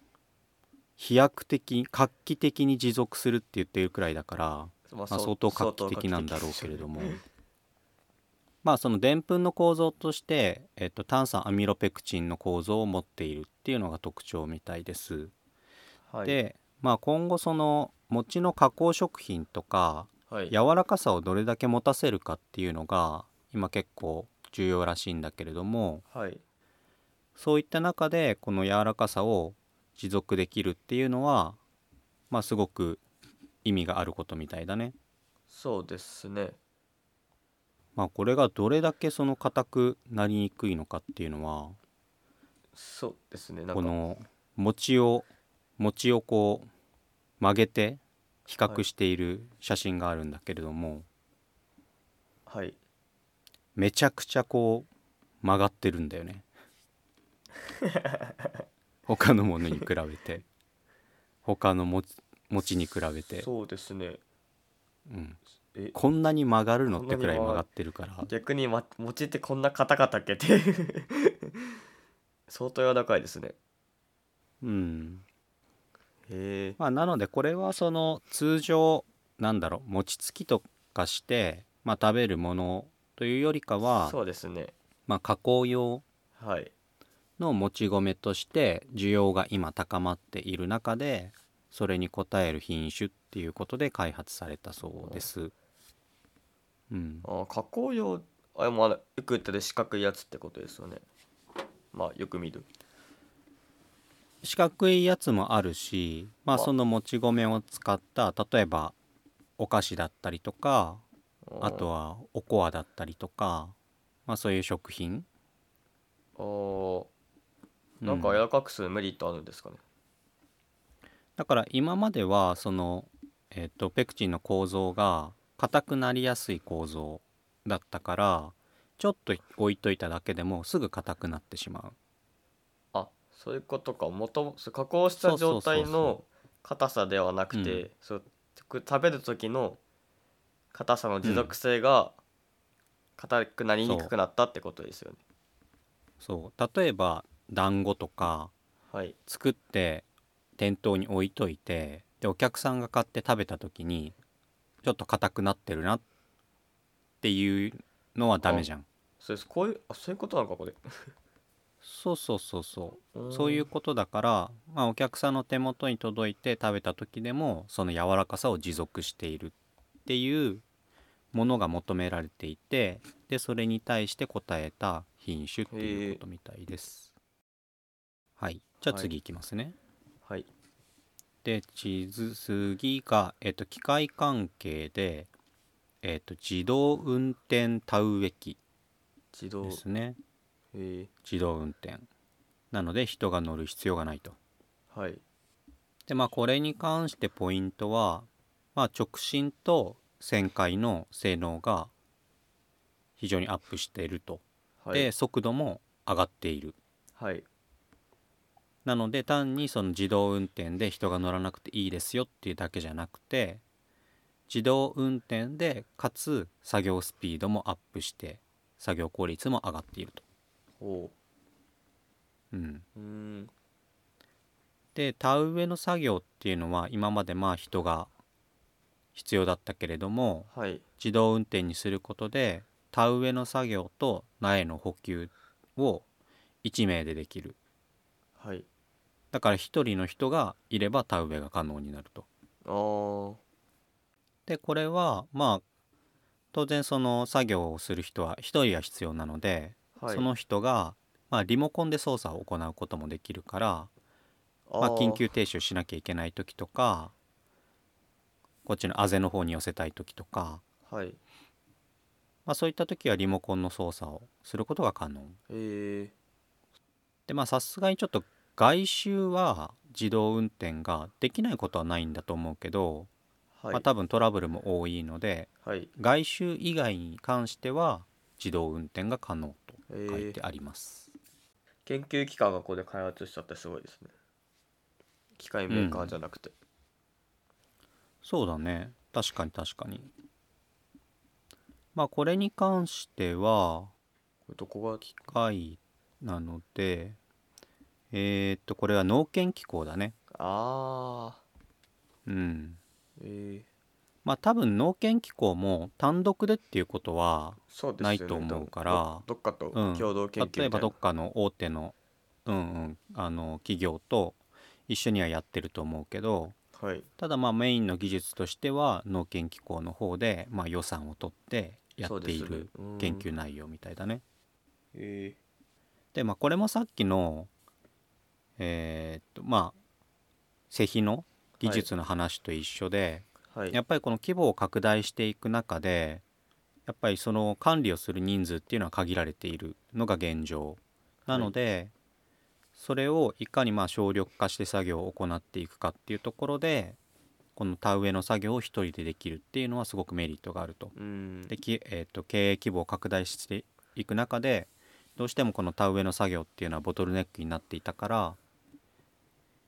Speaker 1: 飛躍的画期的に持続するって言ってるくらいだから
Speaker 2: ーま
Speaker 1: まあ、
Speaker 2: そう
Speaker 1: 相当画期的なんだろうけれ
Speaker 2: ど
Speaker 1: どもまあそのでんぷんの構造として、えっと、炭酸アミロペクチンの構造を持っているっていうのが特徴みたいです。
Speaker 2: はい、
Speaker 1: で、まあ、今後その餅の加工食品とか
Speaker 2: はい、
Speaker 1: 柔らかさをどれだけ持たせるかっていうのが今結構重要らしいんだけれども
Speaker 2: はい、
Speaker 1: そういった中でこの柔らかさを持続できるっていうのはまあすごく意味があることみたいだね。
Speaker 2: そうですね。
Speaker 1: まあこれがどれだけその硬くなりにくいのかっていうのは
Speaker 2: そうですね。なん
Speaker 1: こ
Speaker 2: か、
Speaker 1: の餅を餅をこう曲げて比較している写真があるんだけれども、
Speaker 2: はい、
Speaker 1: めちゃくちゃこう曲がってるんだよね他のものに比べて他のもち餅に比べて、
Speaker 2: そうですね。
Speaker 1: うん、
Speaker 2: え、
Speaker 1: こんなに曲がるのってくらい
Speaker 2: こんな
Speaker 1: 曲
Speaker 2: に曲が
Speaker 1: が
Speaker 2: る
Speaker 1: ってるから
Speaker 2: 逆にま餅ってこんな硬かったっけって 相当柔らかいですね。
Speaker 1: うん
Speaker 2: へえ、
Speaker 1: まあなのでこれはその通常なんだろう餅つきとかして、まあ、食べるものというよりかは、
Speaker 2: そうですね。
Speaker 1: まあ、加工用
Speaker 2: はい、
Speaker 1: のもち米として需要が今高まっている中でそれに応える品種っていうことで開発されたそうです。うん
Speaker 2: あ、ー加工用あれもあれよく売ってる四角いやつってことですよね。まあよく見る。
Speaker 1: 四角いやつもあるし、まあ、そのもち米を使った例えばお菓子だったりとか
Speaker 2: ー
Speaker 1: あとはおこわだったりとか、まあ、そういう食品
Speaker 2: あー
Speaker 1: うん
Speaker 2: なんか柔らかくするメリットあるんですかね。
Speaker 1: だから今まではその、えっとペクチンの構造が硬くなりやすい構造だったからちょっと置いといただけでもすぐ硬くなってしまう
Speaker 2: あそういうことか元々そう加工した状態の硬さではなくてそう食べる時の硬さの持続性が硬くなりにくくなったってことですよね。
Speaker 1: そう例えば団子とか
Speaker 2: はい、
Speaker 1: 作って店頭に置いといてでお客さんが買って食べた時にちょっと硬くなってるなっていうのはダメじゃん
Speaker 2: そうですこういうあそういうことなのかこれ。
Speaker 1: そうそうそうそう
Speaker 2: ーん
Speaker 1: そういうことだから、まあ、お客さんの手元に届いて食べた時でもその柔らかさを持続しているっていうものが求められていてでそれに対して応えた品種っていうことみたいです。はいじゃあ
Speaker 2: はい
Speaker 1: 次いきますね。
Speaker 2: はい
Speaker 1: で地図次が、えっと機械関係で、えっと自動運転田植え機
Speaker 2: 自動
Speaker 1: で
Speaker 2: へ
Speaker 1: すね
Speaker 2: え
Speaker 1: 自動運転なので人が乗る必要がないと。
Speaker 2: はい
Speaker 1: でまあこれに関してポイントは、まあ、直進と旋回の性能が非常にアップしていると、
Speaker 2: はい
Speaker 1: で速度も上がっている
Speaker 2: はい
Speaker 1: なので単にその自動運転で人が乗らなくていいですよっていうだけじゃなくて自動運転でかつ作業スピードもアップして作業効率も上がっていると。
Speaker 2: おう
Speaker 1: うん、
Speaker 2: うーん
Speaker 1: で田植えの作業っていうのは今までまあ人が必要だったけれども、
Speaker 2: はい
Speaker 1: 自動運転にすることで田植えの作業と苗の補給を1名でできる
Speaker 2: はい
Speaker 1: だから1人の人がいれば田植えが可能になると
Speaker 2: あー
Speaker 1: でこれはまあ当然その作業をする人は1人が必要なので、
Speaker 2: はい
Speaker 1: その人が、まあ、リモコンで操作を行うこともできるから、まあ、
Speaker 2: ー
Speaker 1: 緊急停止をしなきゃいけない時とかこっちのあぜの方に寄せたい時とか、
Speaker 2: はい
Speaker 1: まあ、そういった時はリモコンの操作をすることが可能
Speaker 2: え
Speaker 1: でまあさすがにちょっと外周は自動運転ができないことはないんだと思うけど、
Speaker 2: ー、はい、
Speaker 1: まあ、多分トラブルも多いので
Speaker 2: はい
Speaker 1: 外周以外に関しては自動運転が可能と
Speaker 2: え
Speaker 1: 書い
Speaker 2: ー
Speaker 1: て、あります。
Speaker 2: 研究機関がここで開発しちゃってすごいですね機械メーカーじゃなくて、
Speaker 1: そうだね確かに確かに。まあこれに関しては
Speaker 2: これどこがき
Speaker 1: 外なのでえーっとこれは農研機構だね。
Speaker 2: ああ
Speaker 1: うん、
Speaker 2: え
Speaker 1: まあ多分農研機構も単独でっていうことは
Speaker 2: そうですよ
Speaker 1: な
Speaker 2: ね
Speaker 1: いと思うから
Speaker 2: どどっかと
Speaker 1: うん
Speaker 2: 共同研究みたいな
Speaker 1: 例えばどっかの大手の,、うんうん、あの企業と一緒にはやってると思うけど
Speaker 2: はい
Speaker 1: ただまあメインの技術としては農研機構の方でまあ予算を取ってや
Speaker 2: そう
Speaker 1: って
Speaker 2: で
Speaker 1: い
Speaker 2: すね
Speaker 1: る
Speaker 2: うん
Speaker 1: 研究内容みたいだね。
Speaker 2: え
Speaker 1: でまあこれもさっきのえーっとまあ施肥の技術の話と一緒で、
Speaker 2: ーはい
Speaker 1: やっぱりこの規模を拡大していく中でやっぱりその管理をする人数っていうのは限られているのが現状なので、それをいかにまあ省力化して作業を行っていくかっていうところでこの田植えの作業を一人でできるっていうのはすごくメリットがあると。
Speaker 2: うん
Speaker 1: できえー、と経営規模を拡大していく中でどうしてもこの田植えの作業っていうのはボトルネックになっていたから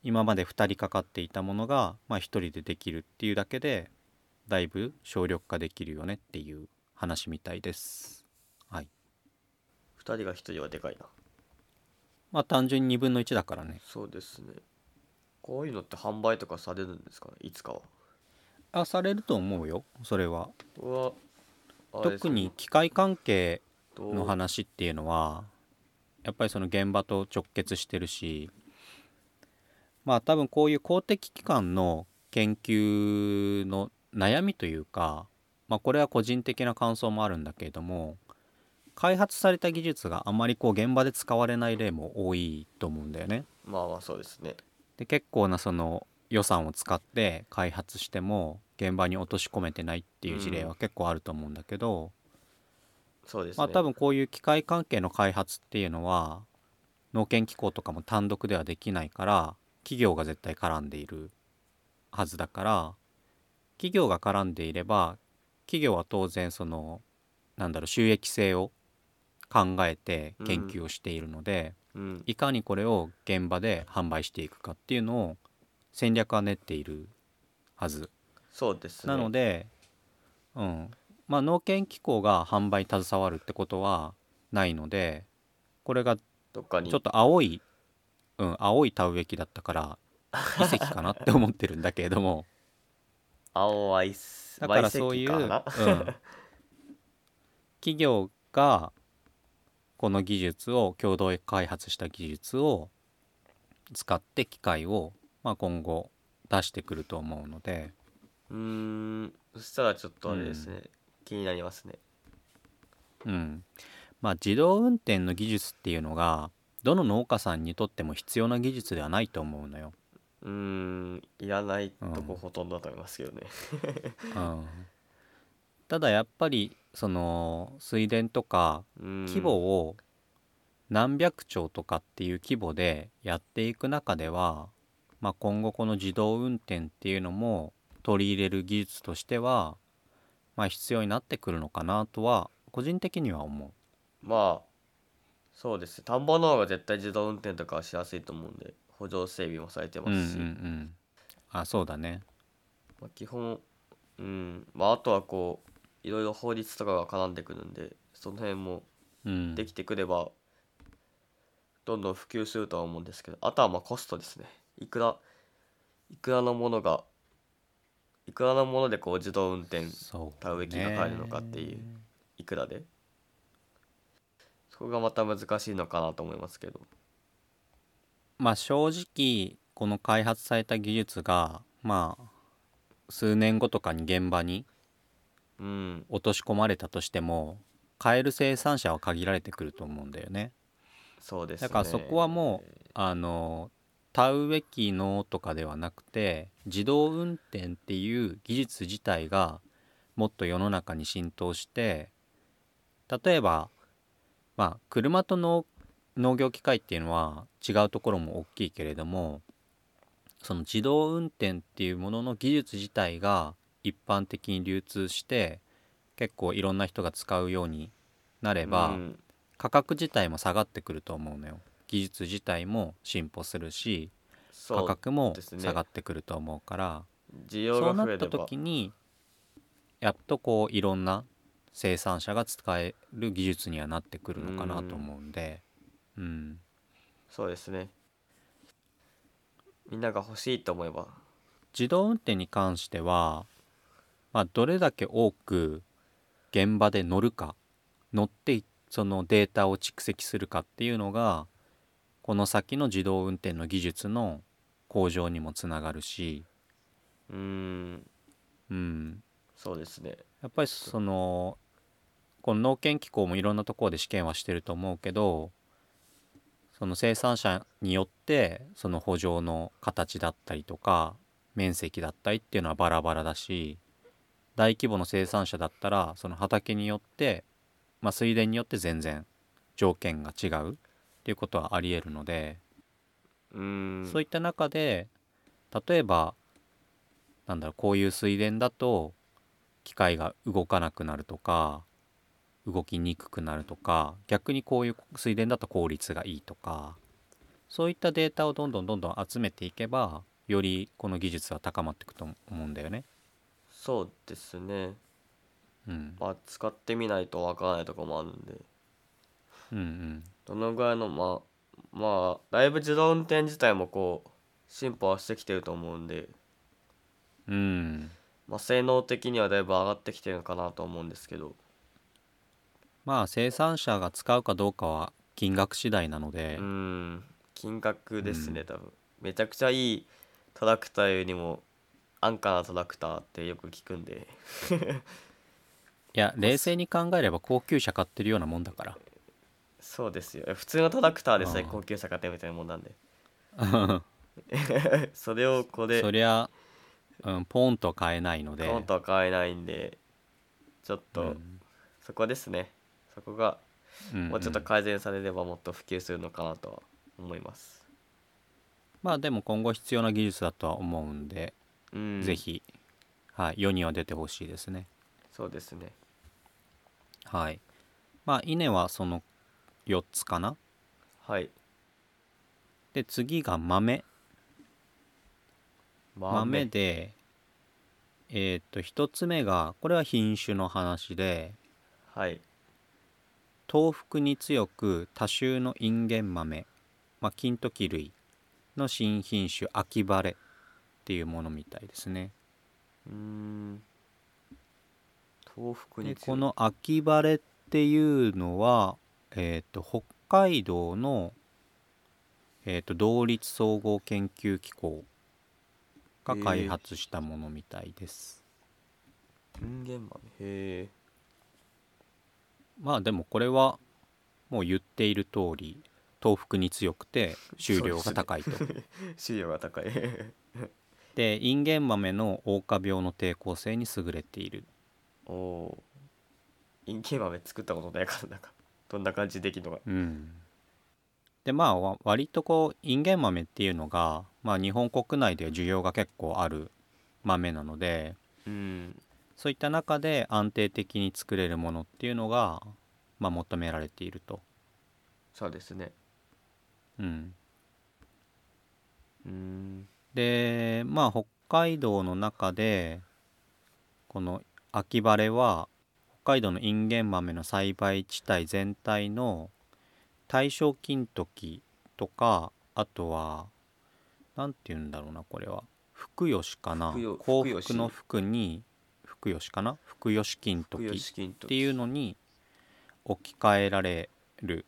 Speaker 1: 今まで2人かかっていたものが、まあ、1人でできるっていうだけでだいぶ省力化できるよねっていう話みたいです。はい、
Speaker 2: 2人が1人はでかいな
Speaker 1: まあ単純に2分の1だからね。
Speaker 2: そうですねこういうのって販売とかされるんですかねいつかは
Speaker 1: あされると思うよそれは。
Speaker 2: うわあれです
Speaker 1: 特に機械関係
Speaker 2: どう
Speaker 1: の話っていうのはやっぱりその現場と直結してるしまあ多分こういう公的機関の研究の悩みというか、まあ、これは個人的な感想もあるんだけれども開発された技術があまりこう現場で使われない例も多いと思うんだよね。
Speaker 2: まあまあそうですね
Speaker 1: で結構なその予算を使って開発しても現場に落とし込めてないっていう事例は結構あると思うんだけど、
Speaker 2: そうですね
Speaker 1: まあ、多分こういう機械関係の開発っていうのは農研機構とかも単独ではできないから企業が絶対絡んでいるはずだから企業が絡んでいれば企業は当然そのなんだろう収益性を考えて研究をしているので、
Speaker 2: うん
Speaker 1: いかにこれを現場で販売していくかっていうのを戦略は練っているはず
Speaker 2: そうですね
Speaker 1: なので、うんまあ、農研機構が販売に携わるってことはないのでこれがち
Speaker 2: どっかに
Speaker 1: ょっと青い、うん、青い田植え機だったから遺跡かなって思ってるんだけれど も
Speaker 2: 青アイス
Speaker 1: だからそういう、
Speaker 2: ワ
Speaker 1: うん、
Speaker 2: イ石かな
Speaker 1: 企業がこの技術を共同開発した技術を使って機械を、まあ、今後出してくると思うので。
Speaker 2: うーんそしたらちょっとあれですね、気になりますね
Speaker 1: うん、まあ自動運転の技術っていうのがどの農家さんにとっても必要な技術ではないと思うのよ。
Speaker 2: うーんいらないとこほとんどだと思いますけどね、
Speaker 1: うん、ただやっぱりその水田とか
Speaker 2: うん、
Speaker 1: 規模を何百兆とかっていう規模でやっていく中では、まあ、今後この自動運転っていうのも取り入れる技術としては、まあ、必要になってくるのかなとは個人的には思う。
Speaker 2: まあそうですね田んぼの方が絶対自動運転とかはしやすいと思うんで補助整備もされてま
Speaker 1: うんうんう
Speaker 2: すし、
Speaker 1: ん、あそうだね。
Speaker 2: まあ、基本うんまああとはこういろいろ法律とかが絡んでくるんでその辺も
Speaker 1: うん、
Speaker 2: できてくればどんどん普及するとは思うんですけどあとはまあコストですねいくらいくらのものがいくらのものでこう自動運転
Speaker 1: そう
Speaker 2: 田植え機が入るのかっていう
Speaker 1: ね
Speaker 2: いくらでそこがまた難しいのかなと思いますけど
Speaker 1: まあ正直この開発された技術がまあ数年後とかに現場に
Speaker 2: うん
Speaker 1: 落とし込まれたとしても買える生産者は限られてくると思うんだよね。
Speaker 2: そうですね
Speaker 1: だからそこはもうあの田植え機能とかではなくて自動運転っていう技術自体がもっと世の中に浸透して例えば、まあ、車と農農業機械っていうのは違うところも大きいけれどもその自動運転っていうものの技術自体が一般的に流通して結構いろんな人が使うようになれば、
Speaker 2: うん
Speaker 1: 価格自体も下がってくると思うのよ技術自体も進歩するし
Speaker 2: そう
Speaker 1: 価格も
Speaker 2: ですね
Speaker 1: 下がってくると思うから
Speaker 2: 需
Speaker 1: そう,、
Speaker 2: 要が
Speaker 1: な
Speaker 2: 増え
Speaker 1: った
Speaker 2: れば
Speaker 1: 時にやっとこういろんな生産者が使える技術にはなってくるのかなと思うんでうん
Speaker 2: そうですねみんなが欲しいと思えば
Speaker 1: 自動運転に関してはまあ、どれだけ多く現場で乗るか乗っていそのデータを蓄積するかっていうのがこの先の自動運転の技術の向上にもつながるし、
Speaker 2: うーん
Speaker 1: うん、
Speaker 2: そうですね
Speaker 1: やっぱりそのこの農研機構もいろんなところで試験はしてると思うけどその生産者によってその補助の形だったりとか面積だったりっていうのはバラバラだし大規模の生産者だったらその畑によって、まあ、水田によって全然条件が違うっていうことはありえるので。
Speaker 2: うーん
Speaker 1: そういった中で例えばなんだろうこういう水田だと機械が動かなくなるとか動きにくくなるとか逆にこういう水田だと効率がいいとかそういったデータをどんどんどんどん集めていけばよりこの技術は高まっていくと思うんだよね。
Speaker 2: そうですね
Speaker 1: うん、
Speaker 2: まあ使ってみないとわからないとこもあるんで
Speaker 1: うんうん
Speaker 2: どのぐらいのまあまあだいぶ自動運転自体もこう進歩はしてきてると思うんで、
Speaker 1: うん
Speaker 2: まあ、性能的にはだいぶ上がってきてるのかなと思うんですけど、
Speaker 1: まあ生産者が使うかどうかは金額次第なので、
Speaker 2: うん金額ですね、
Speaker 1: うん
Speaker 2: 多分めちゃくちゃいいトラクターよりも安価なトラクターってよく聞くんで
Speaker 1: いや冷静に考えれば高級車買ってるようなもんだから。
Speaker 2: そうですよ普通のトラクターでさえ
Speaker 1: あー
Speaker 2: 高級車買ってみたいなもんなんで それをここで
Speaker 1: そりゃ、うん、ポンとは買えないので
Speaker 2: コントは買えないんでちょっと、
Speaker 1: うん
Speaker 2: そこですねそこが
Speaker 1: うん
Speaker 2: もうちょっと
Speaker 1: うん
Speaker 2: 改善されればもっと普及するのかなとは思います。
Speaker 1: まあでも今後必要な技術だとは思うんで、
Speaker 2: うん、
Speaker 1: ぜひ、はい、世には出てほしいですね
Speaker 2: そうですね。
Speaker 1: はいまあ稲はその4つかな
Speaker 2: はい。
Speaker 1: で次が豆
Speaker 2: 豆
Speaker 1: 豆でえーっと1つ目がこれは品種の話で
Speaker 2: はい。
Speaker 1: 豆腐に強く多種のインゲン豆、まあ、金時類の新品種秋晴れっていうものみたいですね
Speaker 2: うーん。豆腐に
Speaker 1: で
Speaker 2: 強い
Speaker 1: この秋晴れっていうのは、えー、と北海道の、えー、と同立総合研究機構が開発したものみたいです、
Speaker 2: 人間豆。へえ。
Speaker 1: まあでもこれはもう言っている通り東北に強くて収量が高いとで,、
Speaker 2: 収量が高い。
Speaker 1: インゲン豆の黄化病の抵抗性に優れている
Speaker 2: おおー。人間豆作ったことないからなんかどんな感じでできるのか。
Speaker 1: うん、でまあわ割とこうインゲン豆っていうのが、まあ、日本国内では需要が結構ある豆なので
Speaker 2: うん。
Speaker 1: そういった中で安定的に作れるものっていうのが、まあ、求められていると。
Speaker 2: そうですね。
Speaker 1: うん、
Speaker 2: うーん。
Speaker 1: でまあ北海道の中でこの秋晴れは北海道のインゲン豆の栽培地帯全体の大正金時とかあとは何て言うんだろうなこれは福吉かな
Speaker 2: 福よ
Speaker 1: 幸
Speaker 2: 福
Speaker 1: 福
Speaker 2: 吉
Speaker 1: の福に福吉かな福吉金
Speaker 2: 福
Speaker 1: 時
Speaker 2: 吉金
Speaker 1: っ
Speaker 2: と
Speaker 1: ていうのに置き換えられる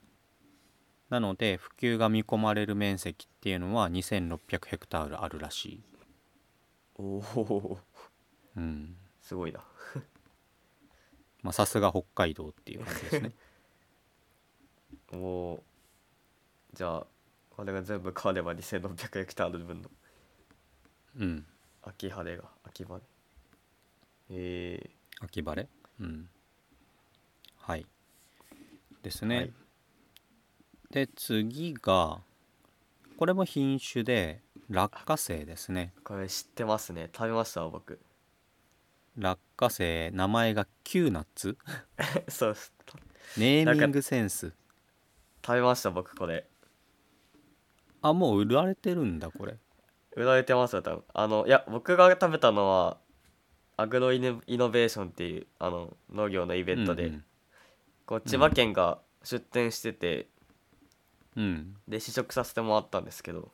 Speaker 1: なので普及が見込まれる面積っていうのは2600ヘクタールあるらしい、
Speaker 2: おお。
Speaker 1: うん
Speaker 2: すごいな。
Speaker 1: まあ、さすが北海道っていう感じ ですね
Speaker 2: おお。じゃあこれが全部買われば2600ヘクタール分の。
Speaker 1: うん
Speaker 2: 秋晴れが秋晴れへえ
Speaker 1: 秋晴れうんはいですね、
Speaker 2: はい
Speaker 1: で次がこれも品種で落花生ですね
Speaker 2: これ知ってますね食べましたわ僕
Speaker 1: 落花生名前がキューナッ ツ
Speaker 2: そうですた
Speaker 1: ネーミングセンス
Speaker 2: 食べました僕これ
Speaker 1: あもう売られてるんだこれ
Speaker 2: 売られてますよ多分あのいや僕が食べたのはアグロイノイノベーションっていうあの農業のイベントで、
Speaker 1: うん
Speaker 2: こう千葉県が出店してて、
Speaker 1: うん、うん
Speaker 2: で試食させてもらったんですけど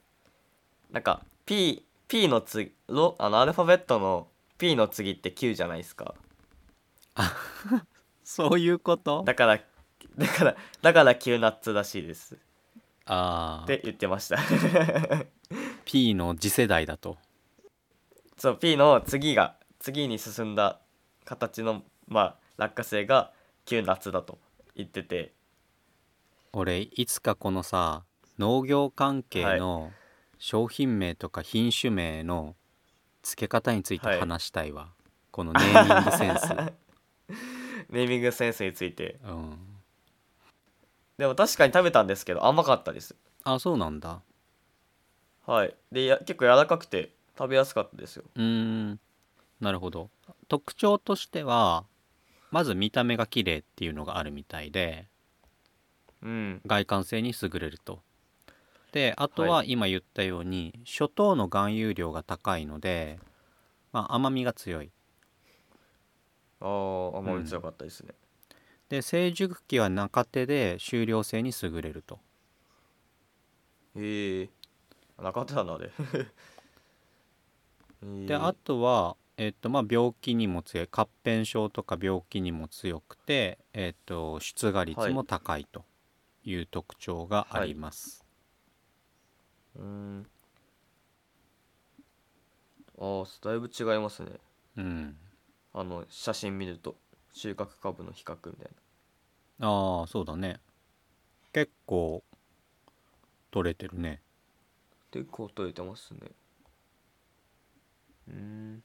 Speaker 2: なんか P, P のつロあのアルファベットの P の次って Q じゃないですか
Speaker 1: そういうこと
Speaker 2: だから だからだから Q ナッツらしいです
Speaker 1: あ
Speaker 2: っ
Speaker 1: あ
Speaker 2: て言ってました
Speaker 1: P の次世代だと
Speaker 2: そう P の次が次に進んだ形のまあ落花生が Q ナッツだと言ってて
Speaker 1: 俺いつかこのさ農業関係の商品名とか品種名の付け方について
Speaker 2: はい
Speaker 1: 話したいわ、このネーミングセン ス
Speaker 2: ネーミングセンスについて
Speaker 1: うん
Speaker 2: でも確かに食べたんですけど甘かったです
Speaker 1: あそうなんだ
Speaker 2: はいでや結構柔らかくて食べやすかったですよ
Speaker 1: うーんなるほど特徴としてはまず見た目が綺麗っていうのがあるみたいで
Speaker 2: うん
Speaker 1: 外観性に優れるとであとは今言ったように、初等の含有量が高いので、まあ、甘みが強い
Speaker 2: ああ甘み強かったですね、
Speaker 1: で成熟期は中手で終了性に優れると
Speaker 2: へえ中手なんだあれ へえ
Speaker 1: であとは、えっとまあ、病気にも強い合併症とか病気にも強くて、えっと出荷率も高いという特徴があります、
Speaker 2: うんああだいぶ違いますね
Speaker 1: うん
Speaker 2: あの写真見ると収穫株の比較みたい
Speaker 1: ああそうだね結構取れてるね
Speaker 2: な結構取れてますねうん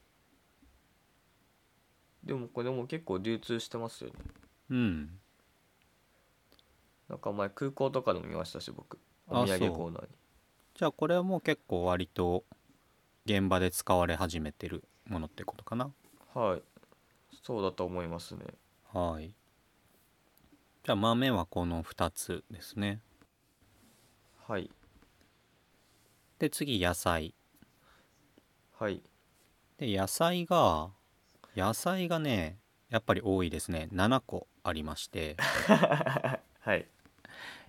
Speaker 2: でもこれも結構流通してますよね
Speaker 1: うん
Speaker 2: なんか前空港とかでも見ましたし僕
Speaker 1: あ
Speaker 2: お土産
Speaker 1: そう
Speaker 2: コーナーに
Speaker 1: じゃあこれはもう結構割と現場で使われ始めてるものってことかな
Speaker 2: はいそうだと思いますね
Speaker 1: はいじゃあ豆はこの2つですね
Speaker 2: はい
Speaker 1: で次野菜
Speaker 2: はい
Speaker 1: で野菜が野菜がねやっぱり多いですね7個ありまして
Speaker 2: はい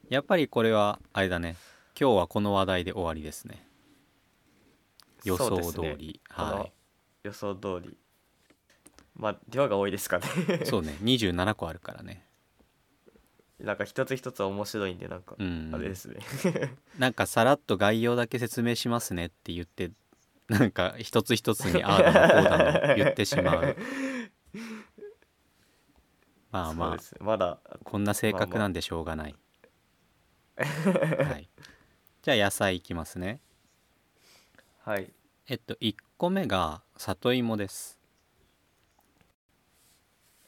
Speaker 1: やっぱりこれはあれだね今日はこの話題で終わりですね予
Speaker 2: そ
Speaker 1: 想
Speaker 2: うです
Speaker 1: 通
Speaker 2: ね
Speaker 1: り、
Speaker 2: この
Speaker 1: はい
Speaker 2: 予想通りまあ量が多いで すかね
Speaker 1: そうね27個あるからね
Speaker 2: なんか一つ一つ面白いんでなんか、
Speaker 1: うん
Speaker 2: あれですね
Speaker 1: なんかさらっと概要だけ説明しますねって言ってなんか一つ一つにああだのこ うだの言ってしまうまあ
Speaker 2: そう
Speaker 1: ま
Speaker 2: で
Speaker 1: あ
Speaker 2: すまだ
Speaker 1: こんな性格なんでしょうがない、はい、じゃあ野菜いきますね
Speaker 2: はい
Speaker 1: えっと1個目が里芋です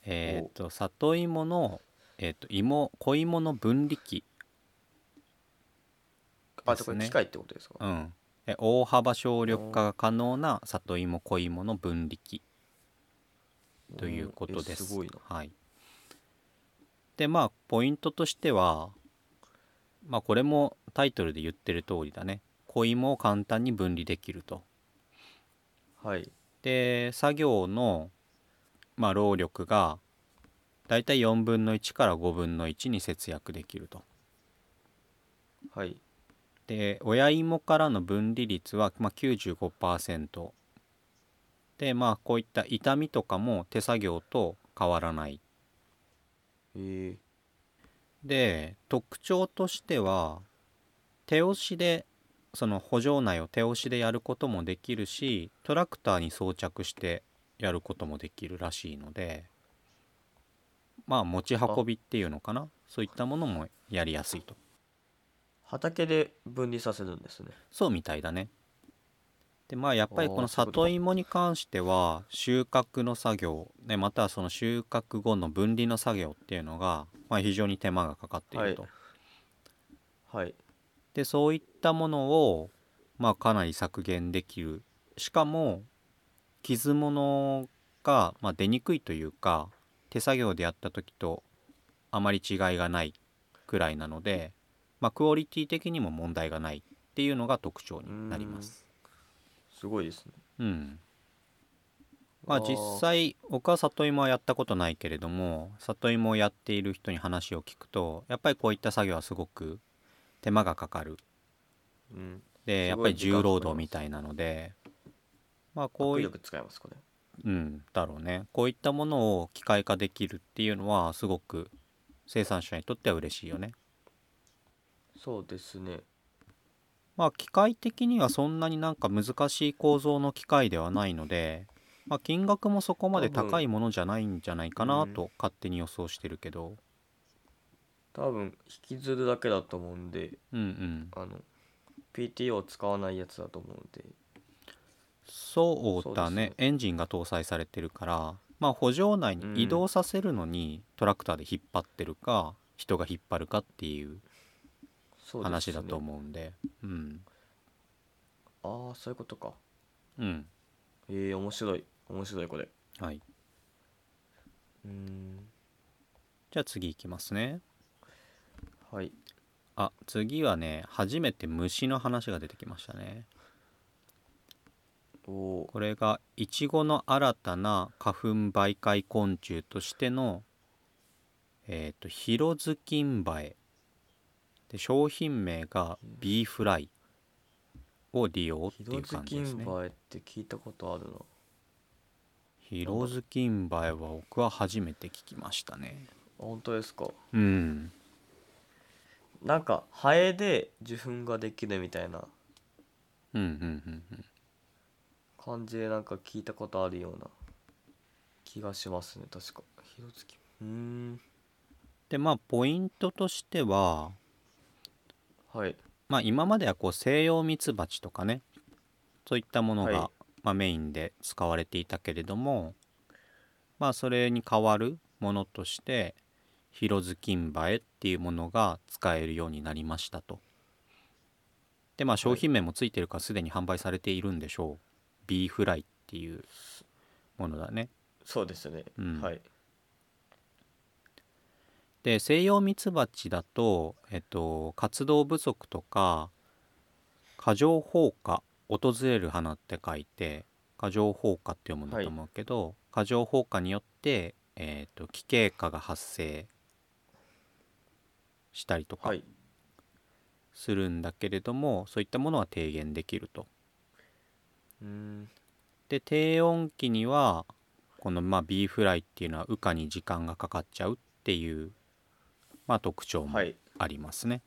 Speaker 1: えーっと里芋のえーっと芋小芋の分離器で
Speaker 2: あじゃ
Speaker 1: す
Speaker 2: こ
Speaker 1: ね
Speaker 2: れ機械ってことですか、
Speaker 1: うん、え大幅省力化が可能な里芋小芋の分離器ということです。
Speaker 2: うんえすごいな
Speaker 1: はい、でまあポイントとしてはまあこれもタイトルで言ってる通りだね小芋を簡単に分離できると。
Speaker 2: はい
Speaker 1: で作業の、まあ、労力がだいたい4分の1から5分の1に節約できると。
Speaker 2: はい
Speaker 1: で親芋からの分離率は、まあ、95%でまあこういった痛みとかも手作業と変わらない
Speaker 2: えー、
Speaker 1: で特徴としては手押しでその補助内を手押しでやることもできるしトラクターに装着してやることもできるらしいのでまあ持ち運びっていうのかなそういったものもやりやすいと
Speaker 2: 畑で分離させるんですね
Speaker 1: そうみたいだねでまあやっぱりこの
Speaker 2: おーそういうこと
Speaker 1: 里芋に関しては収穫の作業、ね、またはその収穫後の分離の作業っていうのが、まあ、非常に手間がかかっていると、
Speaker 2: はい
Speaker 1: でそういったものを、まあ、かなり削減できるしかも傷物が、まあ、出にくいというか手作業でやった時とあまり違いがないくらいなので、まあ、クオリティ的にも問題がないっていうのが特徴になります。
Speaker 2: すごいですね
Speaker 1: うん、まあ
Speaker 2: わ
Speaker 1: 実際僕は里芋はやったことないけれども里芋をやっている人に話を聞くとやっぱりこういった作業はすごく手間がかかる
Speaker 2: うん
Speaker 1: でや
Speaker 2: す
Speaker 1: っ
Speaker 2: ご
Speaker 1: ぱ
Speaker 2: い
Speaker 1: り重労働みたいなのでまあこ
Speaker 2: こ
Speaker 1: う
Speaker 2: う
Speaker 1: い
Speaker 2: よ
Speaker 1: う
Speaker 2: く使いますこれ
Speaker 1: うんだろうねこういったものを機械化できるっていうのはすごく生産者にとっては嬉しいよね。
Speaker 2: そうですね
Speaker 1: まあ機械的にはそんなになんか難しい構造の機械ではないので、まあ、金額もそこまで高いものじゃないんじゃないかな
Speaker 2: 多分う
Speaker 1: と勝手に予想してるけど、
Speaker 2: 多分引きずるだけだと思うんで
Speaker 1: うんうん、
Speaker 2: あの PTO を使わないやつだと思うんで
Speaker 1: そうだね
Speaker 2: そうですね
Speaker 1: エンジンが搭載されてるから、まあ、補助内に移動させるのにトラクターで引っ張ってるか人が引っ張るかっていう
Speaker 2: そうですね
Speaker 1: 話だと思うんでうん
Speaker 2: ああそういうことか
Speaker 1: うん
Speaker 2: ええ面白い面白いこれ
Speaker 1: はい
Speaker 2: うーん
Speaker 1: じゃあ次いきますね
Speaker 2: はい
Speaker 1: あ次はね初めて虫の話が出てきましたね
Speaker 2: おお
Speaker 1: これがイチゴの新たな花粉媒介昆虫としてのえっ、とヒロズキンバエで商品名がビーフライを利用って
Speaker 2: ヒ
Speaker 1: い
Speaker 2: ロ
Speaker 1: う
Speaker 2: ズ
Speaker 1: 感
Speaker 2: キ
Speaker 1: じです
Speaker 2: ン
Speaker 1: ね
Speaker 2: バエって聞いたことあるな
Speaker 1: ヒロズキンバエは僕は初めて聞きましたね
Speaker 2: 本当ですか
Speaker 1: うん
Speaker 2: なんかハエで受粉ができるみたいな
Speaker 1: うんうんうんうん
Speaker 2: 感じでなんか聞いたことあるような気がしますね確かヒロズキンうーん
Speaker 1: でまあポイントとしては
Speaker 2: はい
Speaker 1: まあ、今まではこう西洋ミツバチとかねそういったものが、
Speaker 2: はい
Speaker 1: まあ、メインで使われていたけれども、まあ、それに代わるものとしてヒロズキンバエっていうものが使えるようになりましたと。でまあ商品名もついてるからすでに販売されているんでしょう。ビーフライっていうものだね。
Speaker 2: そうですね、
Speaker 1: うん
Speaker 2: はい
Speaker 1: で西洋ミツバチだと、えっと、活動不足とか過剰放火訪れる花って書いて過剰放火って読むんだと思うけど、過剰放火によって、えっと奇形化が発生したりとか
Speaker 2: はい
Speaker 1: するんだけれども、そういったものは低減できると。
Speaker 2: うーん
Speaker 1: で低温期にはこの、まあ、ビーフライっていうのは羽化に時間がかかっちゃうっていう、まあ、特徴も
Speaker 2: はい
Speaker 1: ありますね。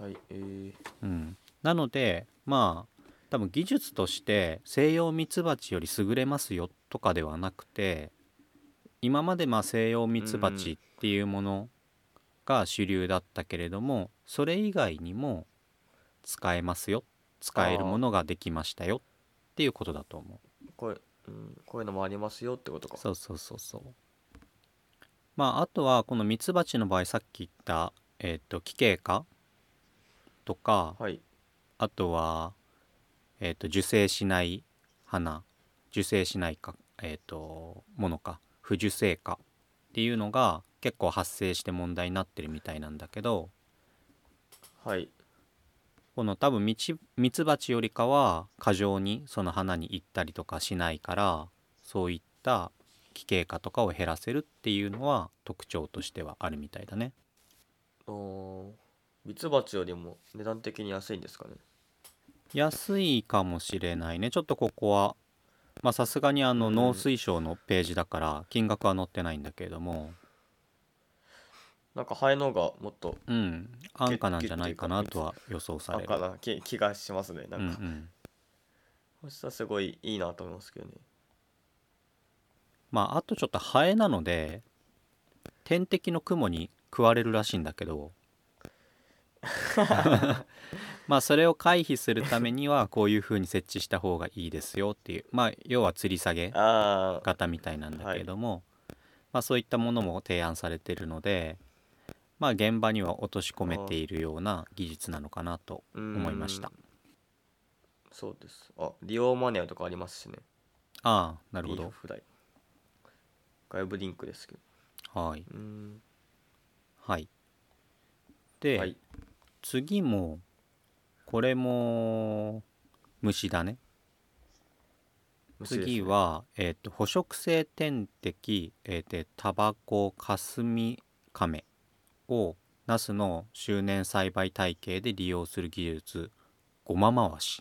Speaker 2: はいえー、
Speaker 1: うん、なのでまあ多分技術として西洋ミツバチより優れますよとかではなくて今までまあ西洋ミツバチっていうものが主流だったけれども、それ以外にも使えますよ使えるものができましたよっていうことだと思う
Speaker 2: これ、うん、こういうのもありますよってことか
Speaker 1: そうそうそうそうまああとはこのミツバチの場合さっき言った、えー、と奇形化とか、
Speaker 2: はい
Speaker 1: あとは、えー、と受精しない花受精しないか、えー、とものか不受精かっていうのが結構発生して問題になってるみたいなんだけど
Speaker 2: はい
Speaker 1: この多分ミチミツバチよりかは過剰にその花に行ったりとかしないからそういった奇形化とかを減らせるっていうのは特徴としてはあるみたいだね。
Speaker 2: おーミツバチよりも値段的に安いんですかね
Speaker 1: 安いかもしれないねちょっとここはまあさすがにあの
Speaker 2: うん
Speaker 1: 農水省のページだから金額は載ってないんだけれども
Speaker 2: なんかハエの方がもっと
Speaker 1: うん安価なんじゃないかなとは予想さ
Speaker 2: あ
Speaker 1: れる
Speaker 2: かな気気がしますねな
Speaker 1: うん
Speaker 2: ん
Speaker 1: う
Speaker 2: か、
Speaker 1: ん
Speaker 2: そしたらすごいいいなと思いますけどね
Speaker 1: まああとちょっとハエなので天敵の雲に食われるらしいんだけ ど まあそれを回避するためにはこういう風に設置した方がいいですよっていうまあ要は吊り下げ
Speaker 2: ああ
Speaker 1: 型みたいなんだけれども、まあ、そういったものも提案されているので、まあ、現場には落とし込めているような技術なのかなと思いました
Speaker 2: そうですあ利用マネーとかありますしね
Speaker 1: ああな
Speaker 2: な
Speaker 1: るほど
Speaker 2: フライ外部リンクですけど
Speaker 1: はい、
Speaker 2: うーん
Speaker 1: はい、で、
Speaker 2: はい
Speaker 1: 次もこれも虫だね
Speaker 2: 虫ですね
Speaker 1: 次は、えー、と捕食性天敵、えーでタバコカスミカメをナスの周年栽培体系で利用する技術ゴマ回し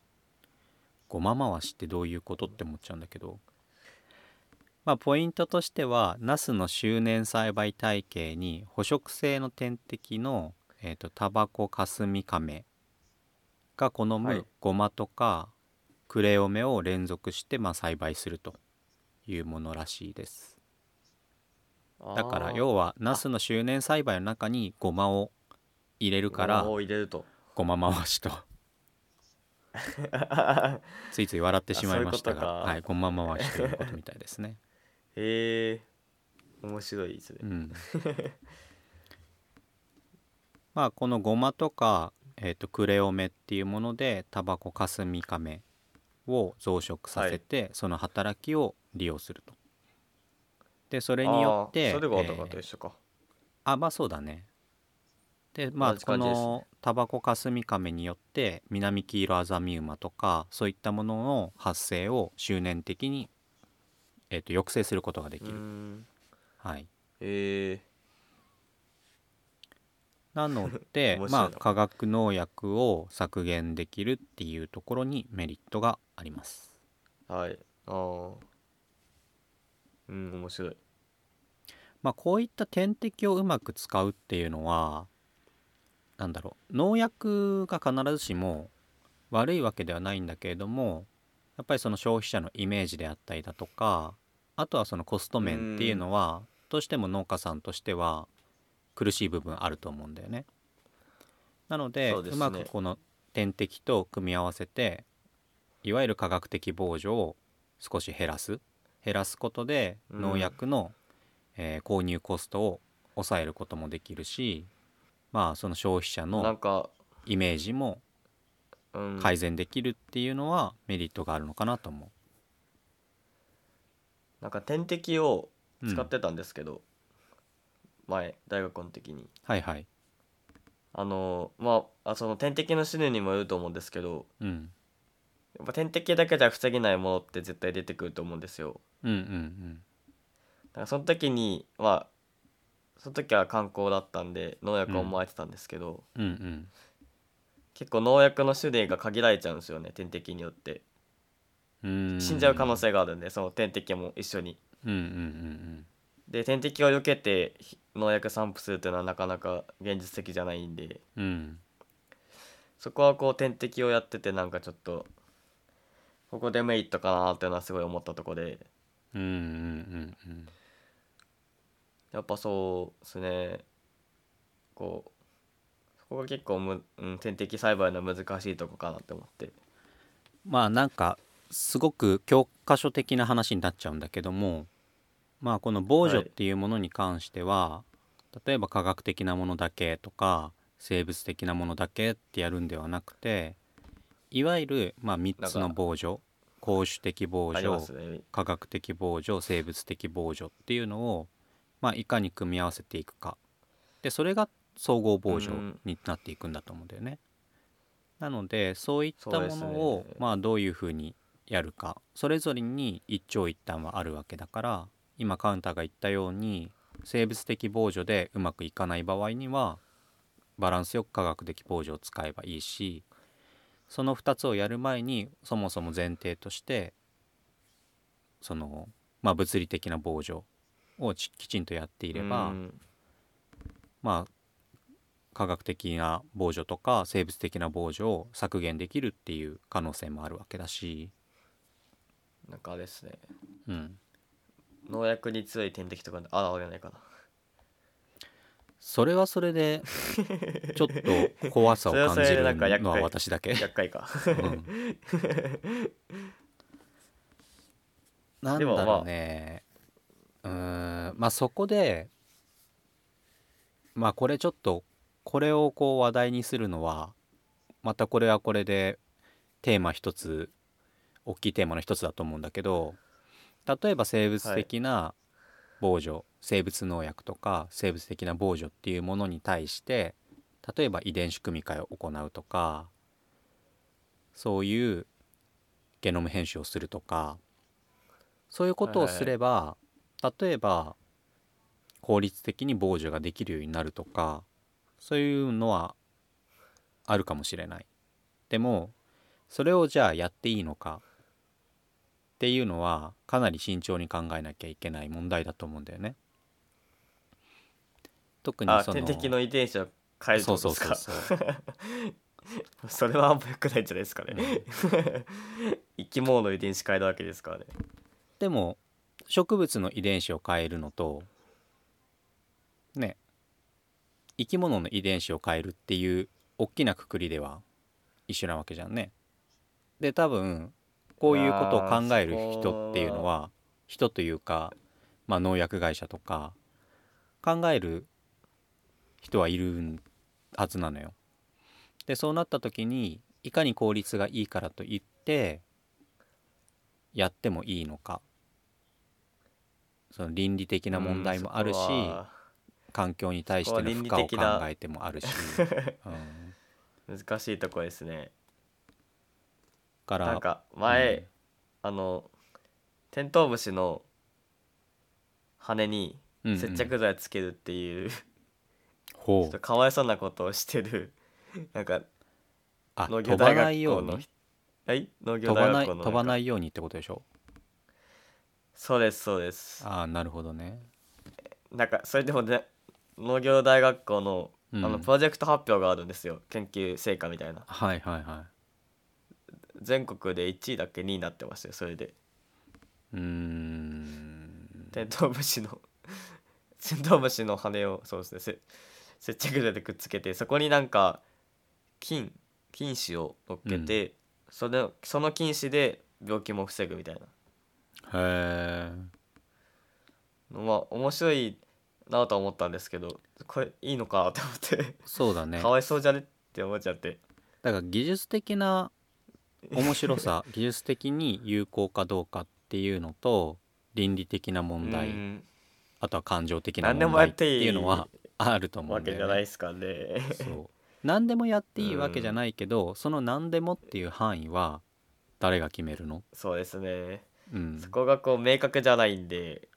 Speaker 1: ゴマ回しってどういうことって思っちゃうんだけどまあ、ポイントとしてはナスの周年栽培体系に捕食性の天敵の、えー、とタバコカスミカメが好
Speaker 2: は
Speaker 1: む
Speaker 2: い
Speaker 1: ゴマとかクレオメを連続して、まあ、栽培するというものらしいですだから要はナスの周年栽培の中にゴマを入れる
Speaker 2: う
Speaker 1: から
Speaker 2: を入れると
Speaker 1: ゴマ回しと
Speaker 2: へ
Speaker 1: ついつい笑ってしまいました
Speaker 2: あそういう
Speaker 1: が
Speaker 2: ことか
Speaker 1: はい、ゴマ回しということみたいです ね
Speaker 2: え面白いですね
Speaker 1: うんまあこのごまとか、えー、とクレオメっていうものでタバコカスミカメを増殖させて、その働きを利用すると。でそれによって
Speaker 2: あーそれが
Speaker 1: え
Speaker 2: オ
Speaker 1: ー
Speaker 2: タカと一緒か、
Speaker 1: あまあそうだね。でまあ
Speaker 2: 同じ
Speaker 1: こ
Speaker 2: 感じですね
Speaker 1: のタバコカスミカメによって南黄色アザミウマとかそういったものの発生を周年的に、えー、と抑制することができ
Speaker 2: うー
Speaker 1: る。
Speaker 2: ん
Speaker 1: はい、
Speaker 2: え
Speaker 1: なので
Speaker 2: 面白い
Speaker 1: ま
Speaker 2: な
Speaker 1: あ化学農薬を削減できるっていうところにメリットがあります。
Speaker 2: ー、はいああうん面白い
Speaker 1: まあ、こういった点滴をうまく使うっていうのはなんだろう農薬が必ずしも悪いわけではないんだけれどもやっぱりその消費者のイメージであったりだとかあとはそのコスト面っていうのはどうしても農家さんとしては苦しい部分あると思うんだよね。なので
Speaker 2: そううですね
Speaker 1: まくこの点滴と組み合わせていわゆる科学的防除を少し減らす減らすことで
Speaker 2: うん
Speaker 1: 農薬の、えー購入コストを抑えることもできるしまあその消費者
Speaker 2: な
Speaker 1: の
Speaker 2: んか、
Speaker 1: イメージも
Speaker 2: うん、
Speaker 1: 改善できるっていうのはメリットがあるのかなと思
Speaker 2: なんか点滴を
Speaker 1: う。うん
Speaker 2: 使ってたんですけど、前大学の時に
Speaker 1: はいはい。
Speaker 2: あのまああその点滴の種類にもよると思うんですけど
Speaker 1: うん、
Speaker 2: やっぱ点滴だけじゃ防げないものって絶対出てくると思うんですよ
Speaker 1: うんうん
Speaker 2: だからその時にまあその時は観光だったんで農薬を撒いてたんですけど、
Speaker 1: うんうんうん
Speaker 2: 結構農薬の種類が限られちゃうんですよね点滴によって
Speaker 1: うーん
Speaker 2: 死んじゃう可能性があるんでその点滴も一緒に
Speaker 1: うんうんうん
Speaker 2: で点滴を避けてひ農薬散布するというのはなかなか現実的じゃないんで
Speaker 1: うんうん
Speaker 2: そこはこう点滴をやっててなんかちょっとここデメリットかなっていうのはすごい思ったとこで
Speaker 1: うんうんうんうん
Speaker 2: やっぱそうですねこうそこが結構む、うん、点滴栽培の難しいとこかなって思って
Speaker 1: まあなんかすごく教科書的な話になっちゃうんだけどもまあこの防除っていうものに関しては、例えば科学的なものだけとか生物的なものだけってやるんではなくていわゆるまあ3つの防除公主的防
Speaker 2: ありま
Speaker 1: 除
Speaker 2: すね
Speaker 1: 科学的防除生物的防除っていうのを、まあ、いかに組み合わせていくかでそれが総合防除
Speaker 2: うん
Speaker 1: になっていくんだと思うんだよね。なのでそういった
Speaker 2: そう
Speaker 1: も
Speaker 2: ですね
Speaker 1: のを、まあ、どういうふうにやるかそれぞれに一長一短はあるわけだから今カウンターが言ったように生物的防除でうまくいかない場合にはバランスよく科学的防除を使えばいいしその2つをやる前にそもそも前提としてその、まあ、物理的な防除をちきちんとやっていれば、
Speaker 2: うん
Speaker 1: まあ科学的な防除とか生物的な防除を削減できるっていう可能性もあるわけだし、
Speaker 2: なんかあれですね
Speaker 1: うん、
Speaker 2: 農薬に強い点滴とかあ現れないかな
Speaker 1: それはそれ でちょっと怖さを感じるのは私だけ。
Speaker 2: 厄介か
Speaker 1: うんなんだ
Speaker 2: でもまあ
Speaker 1: ろうね、うーんまあそこでまあこれちょっとこれをこう話題にするのはまたこれはこれでテーマ一つ大きいテーマの一つだと思うんだけど例えば生物的な防除、生物農薬とか生物的な防除っていうものに対して例えば遺伝子組み換えを行うとかそういうゲノム編集をするとかそういうことをすれば、例えば効率的に防除ができるようになるとかそういうのはあるかもしれない。でもそれをじゃあやっていいのかっていうのはかなり慎重に考えなきゃいけない問題だと思うんだよね。特に
Speaker 2: あ
Speaker 1: その
Speaker 2: 天敵の遺伝子を変えるってことですか
Speaker 1: そうそう
Speaker 2: それはあんま良くないんじゃないですかね 生き物の遺伝子変えるわけですからね
Speaker 1: でも植物の遺伝子を変えるのとね生き物の遺伝子を変えるっていう大きなくくりでは一緒なわけじゃんね。で多分こういうことを考える人っていうのは人というか、まあ、農薬会社とか考える人はいるはずなのよ。でそうなった時にいかに効率がいいからといってやってもいいのかその倫理的な問題もあるし、
Speaker 2: うんそこは
Speaker 1: 環境に対しての負荷を考えてもあ るし、うん、
Speaker 2: 難しいとこですね
Speaker 1: から
Speaker 2: なんか前、
Speaker 1: うん
Speaker 2: あのテントウムシの羽に
Speaker 1: うんうん
Speaker 2: 接着剤つけるっていう、ちょ
Speaker 1: ほ
Speaker 2: っと
Speaker 1: う
Speaker 2: かわいそうなことをしてる なんか
Speaker 1: あ
Speaker 2: 農
Speaker 1: 飛
Speaker 2: 業
Speaker 1: ば
Speaker 2: 大
Speaker 1: ない
Speaker 2: 学
Speaker 1: よ
Speaker 2: 校
Speaker 1: う
Speaker 2: の
Speaker 1: に
Speaker 2: 人はい農業
Speaker 1: 飛ば
Speaker 2: 大
Speaker 1: ない
Speaker 2: 学校の
Speaker 1: 飛ばないいようにってことでしょ
Speaker 2: そうですそうです
Speaker 1: ああなるほどね
Speaker 2: なんかそれでもね農業大学校の
Speaker 1: う
Speaker 2: あ
Speaker 1: ん
Speaker 2: のプロジェクト発表があるんですよ、研究成果みたいな
Speaker 1: はいはいは
Speaker 2: 全国で1位だっけ2位になってましたよそれで
Speaker 1: いうーん
Speaker 2: テントウムシの テントウムシの羽をそうですねせ接着剤でくっつけてそこになんか菌菌糸を乗っけて、そのその菌糸で病気も防ぐみたいな
Speaker 1: へえ
Speaker 2: のは面白いなとは思ったんですけどこれいいのかと思って、
Speaker 1: そうだね
Speaker 2: かわいそうじゃねって思っちゃって
Speaker 1: だから技術的な面白 さ技術的に有効かどうかっていうのと倫理的な問題、
Speaker 2: うん
Speaker 1: あとは感情的な
Speaker 2: 何で
Speaker 1: 問
Speaker 2: もや
Speaker 1: 題
Speaker 2: っ
Speaker 1: って
Speaker 2: ていい
Speaker 1: いうのはあると思う
Speaker 2: わ
Speaker 1: んだよ、
Speaker 2: け
Speaker 1: ね、
Speaker 2: じゃないですかね。
Speaker 1: そう何でもやっていいわけじゃないけど、その何でもっていう範囲は誰が決めるの、
Speaker 2: そうですね。
Speaker 1: うん
Speaker 2: そ、こがこう明確じゃないんで、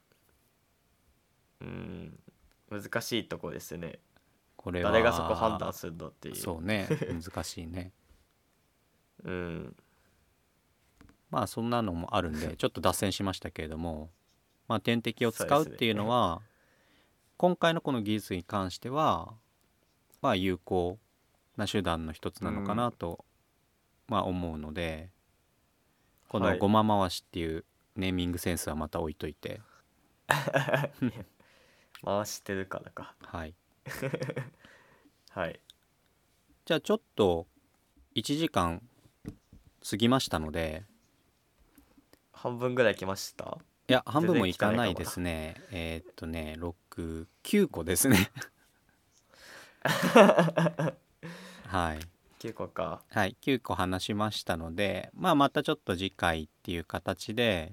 Speaker 2: うん、難しいとこですね。
Speaker 1: これは
Speaker 2: 誰がそこ判断するのっていう。
Speaker 1: そうね難しいね
Speaker 2: うん。
Speaker 1: まあそんなのもあるん でちょっと脱線しましたけれども、まあ、点滴を使
Speaker 2: そ
Speaker 1: う
Speaker 2: う
Speaker 1: っ
Speaker 2: ですね
Speaker 1: ていうのは今回のこの技術に関してはまあ有効な手段の一つなのかなと、まあ思うのでこ
Speaker 2: は
Speaker 1: の
Speaker 2: い
Speaker 1: ごま回しっていうネーミングセンスはまた置いといて、
Speaker 2: 回してるからか。
Speaker 1: はい、
Speaker 2: はい。
Speaker 1: じゃあちょっと1時間過ぎましたので
Speaker 2: 半分ぐらい来ました。
Speaker 1: いや半分も
Speaker 2: 全然
Speaker 1: い
Speaker 2: 聞か
Speaker 1: か
Speaker 2: ないか
Speaker 1: な
Speaker 2: も
Speaker 1: いですねえーっとね69個です ねはい
Speaker 2: 結構か。
Speaker 1: はい9個話しましたのでまあまたちょっと次回っていう形で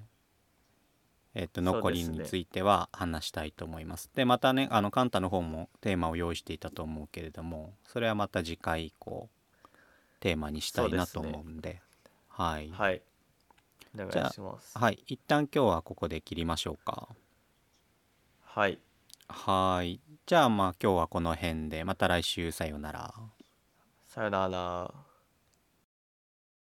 Speaker 1: えーっと
Speaker 2: そうですね
Speaker 1: 残りについては話したいと思いますでまたねあのカンタの方もテーマを用意していたと思うけれどもそれはまた次回以降テーマにしたいなと
Speaker 2: そうですね
Speaker 1: 思うんではい、
Speaker 2: はい。お願
Speaker 1: じゃあ
Speaker 2: いします。
Speaker 1: はい、一旦今日はここで切りましょうか。
Speaker 2: はい。
Speaker 1: はい。じゃあまあ今日はこの辺でまた来週さようなら。
Speaker 2: さよなら。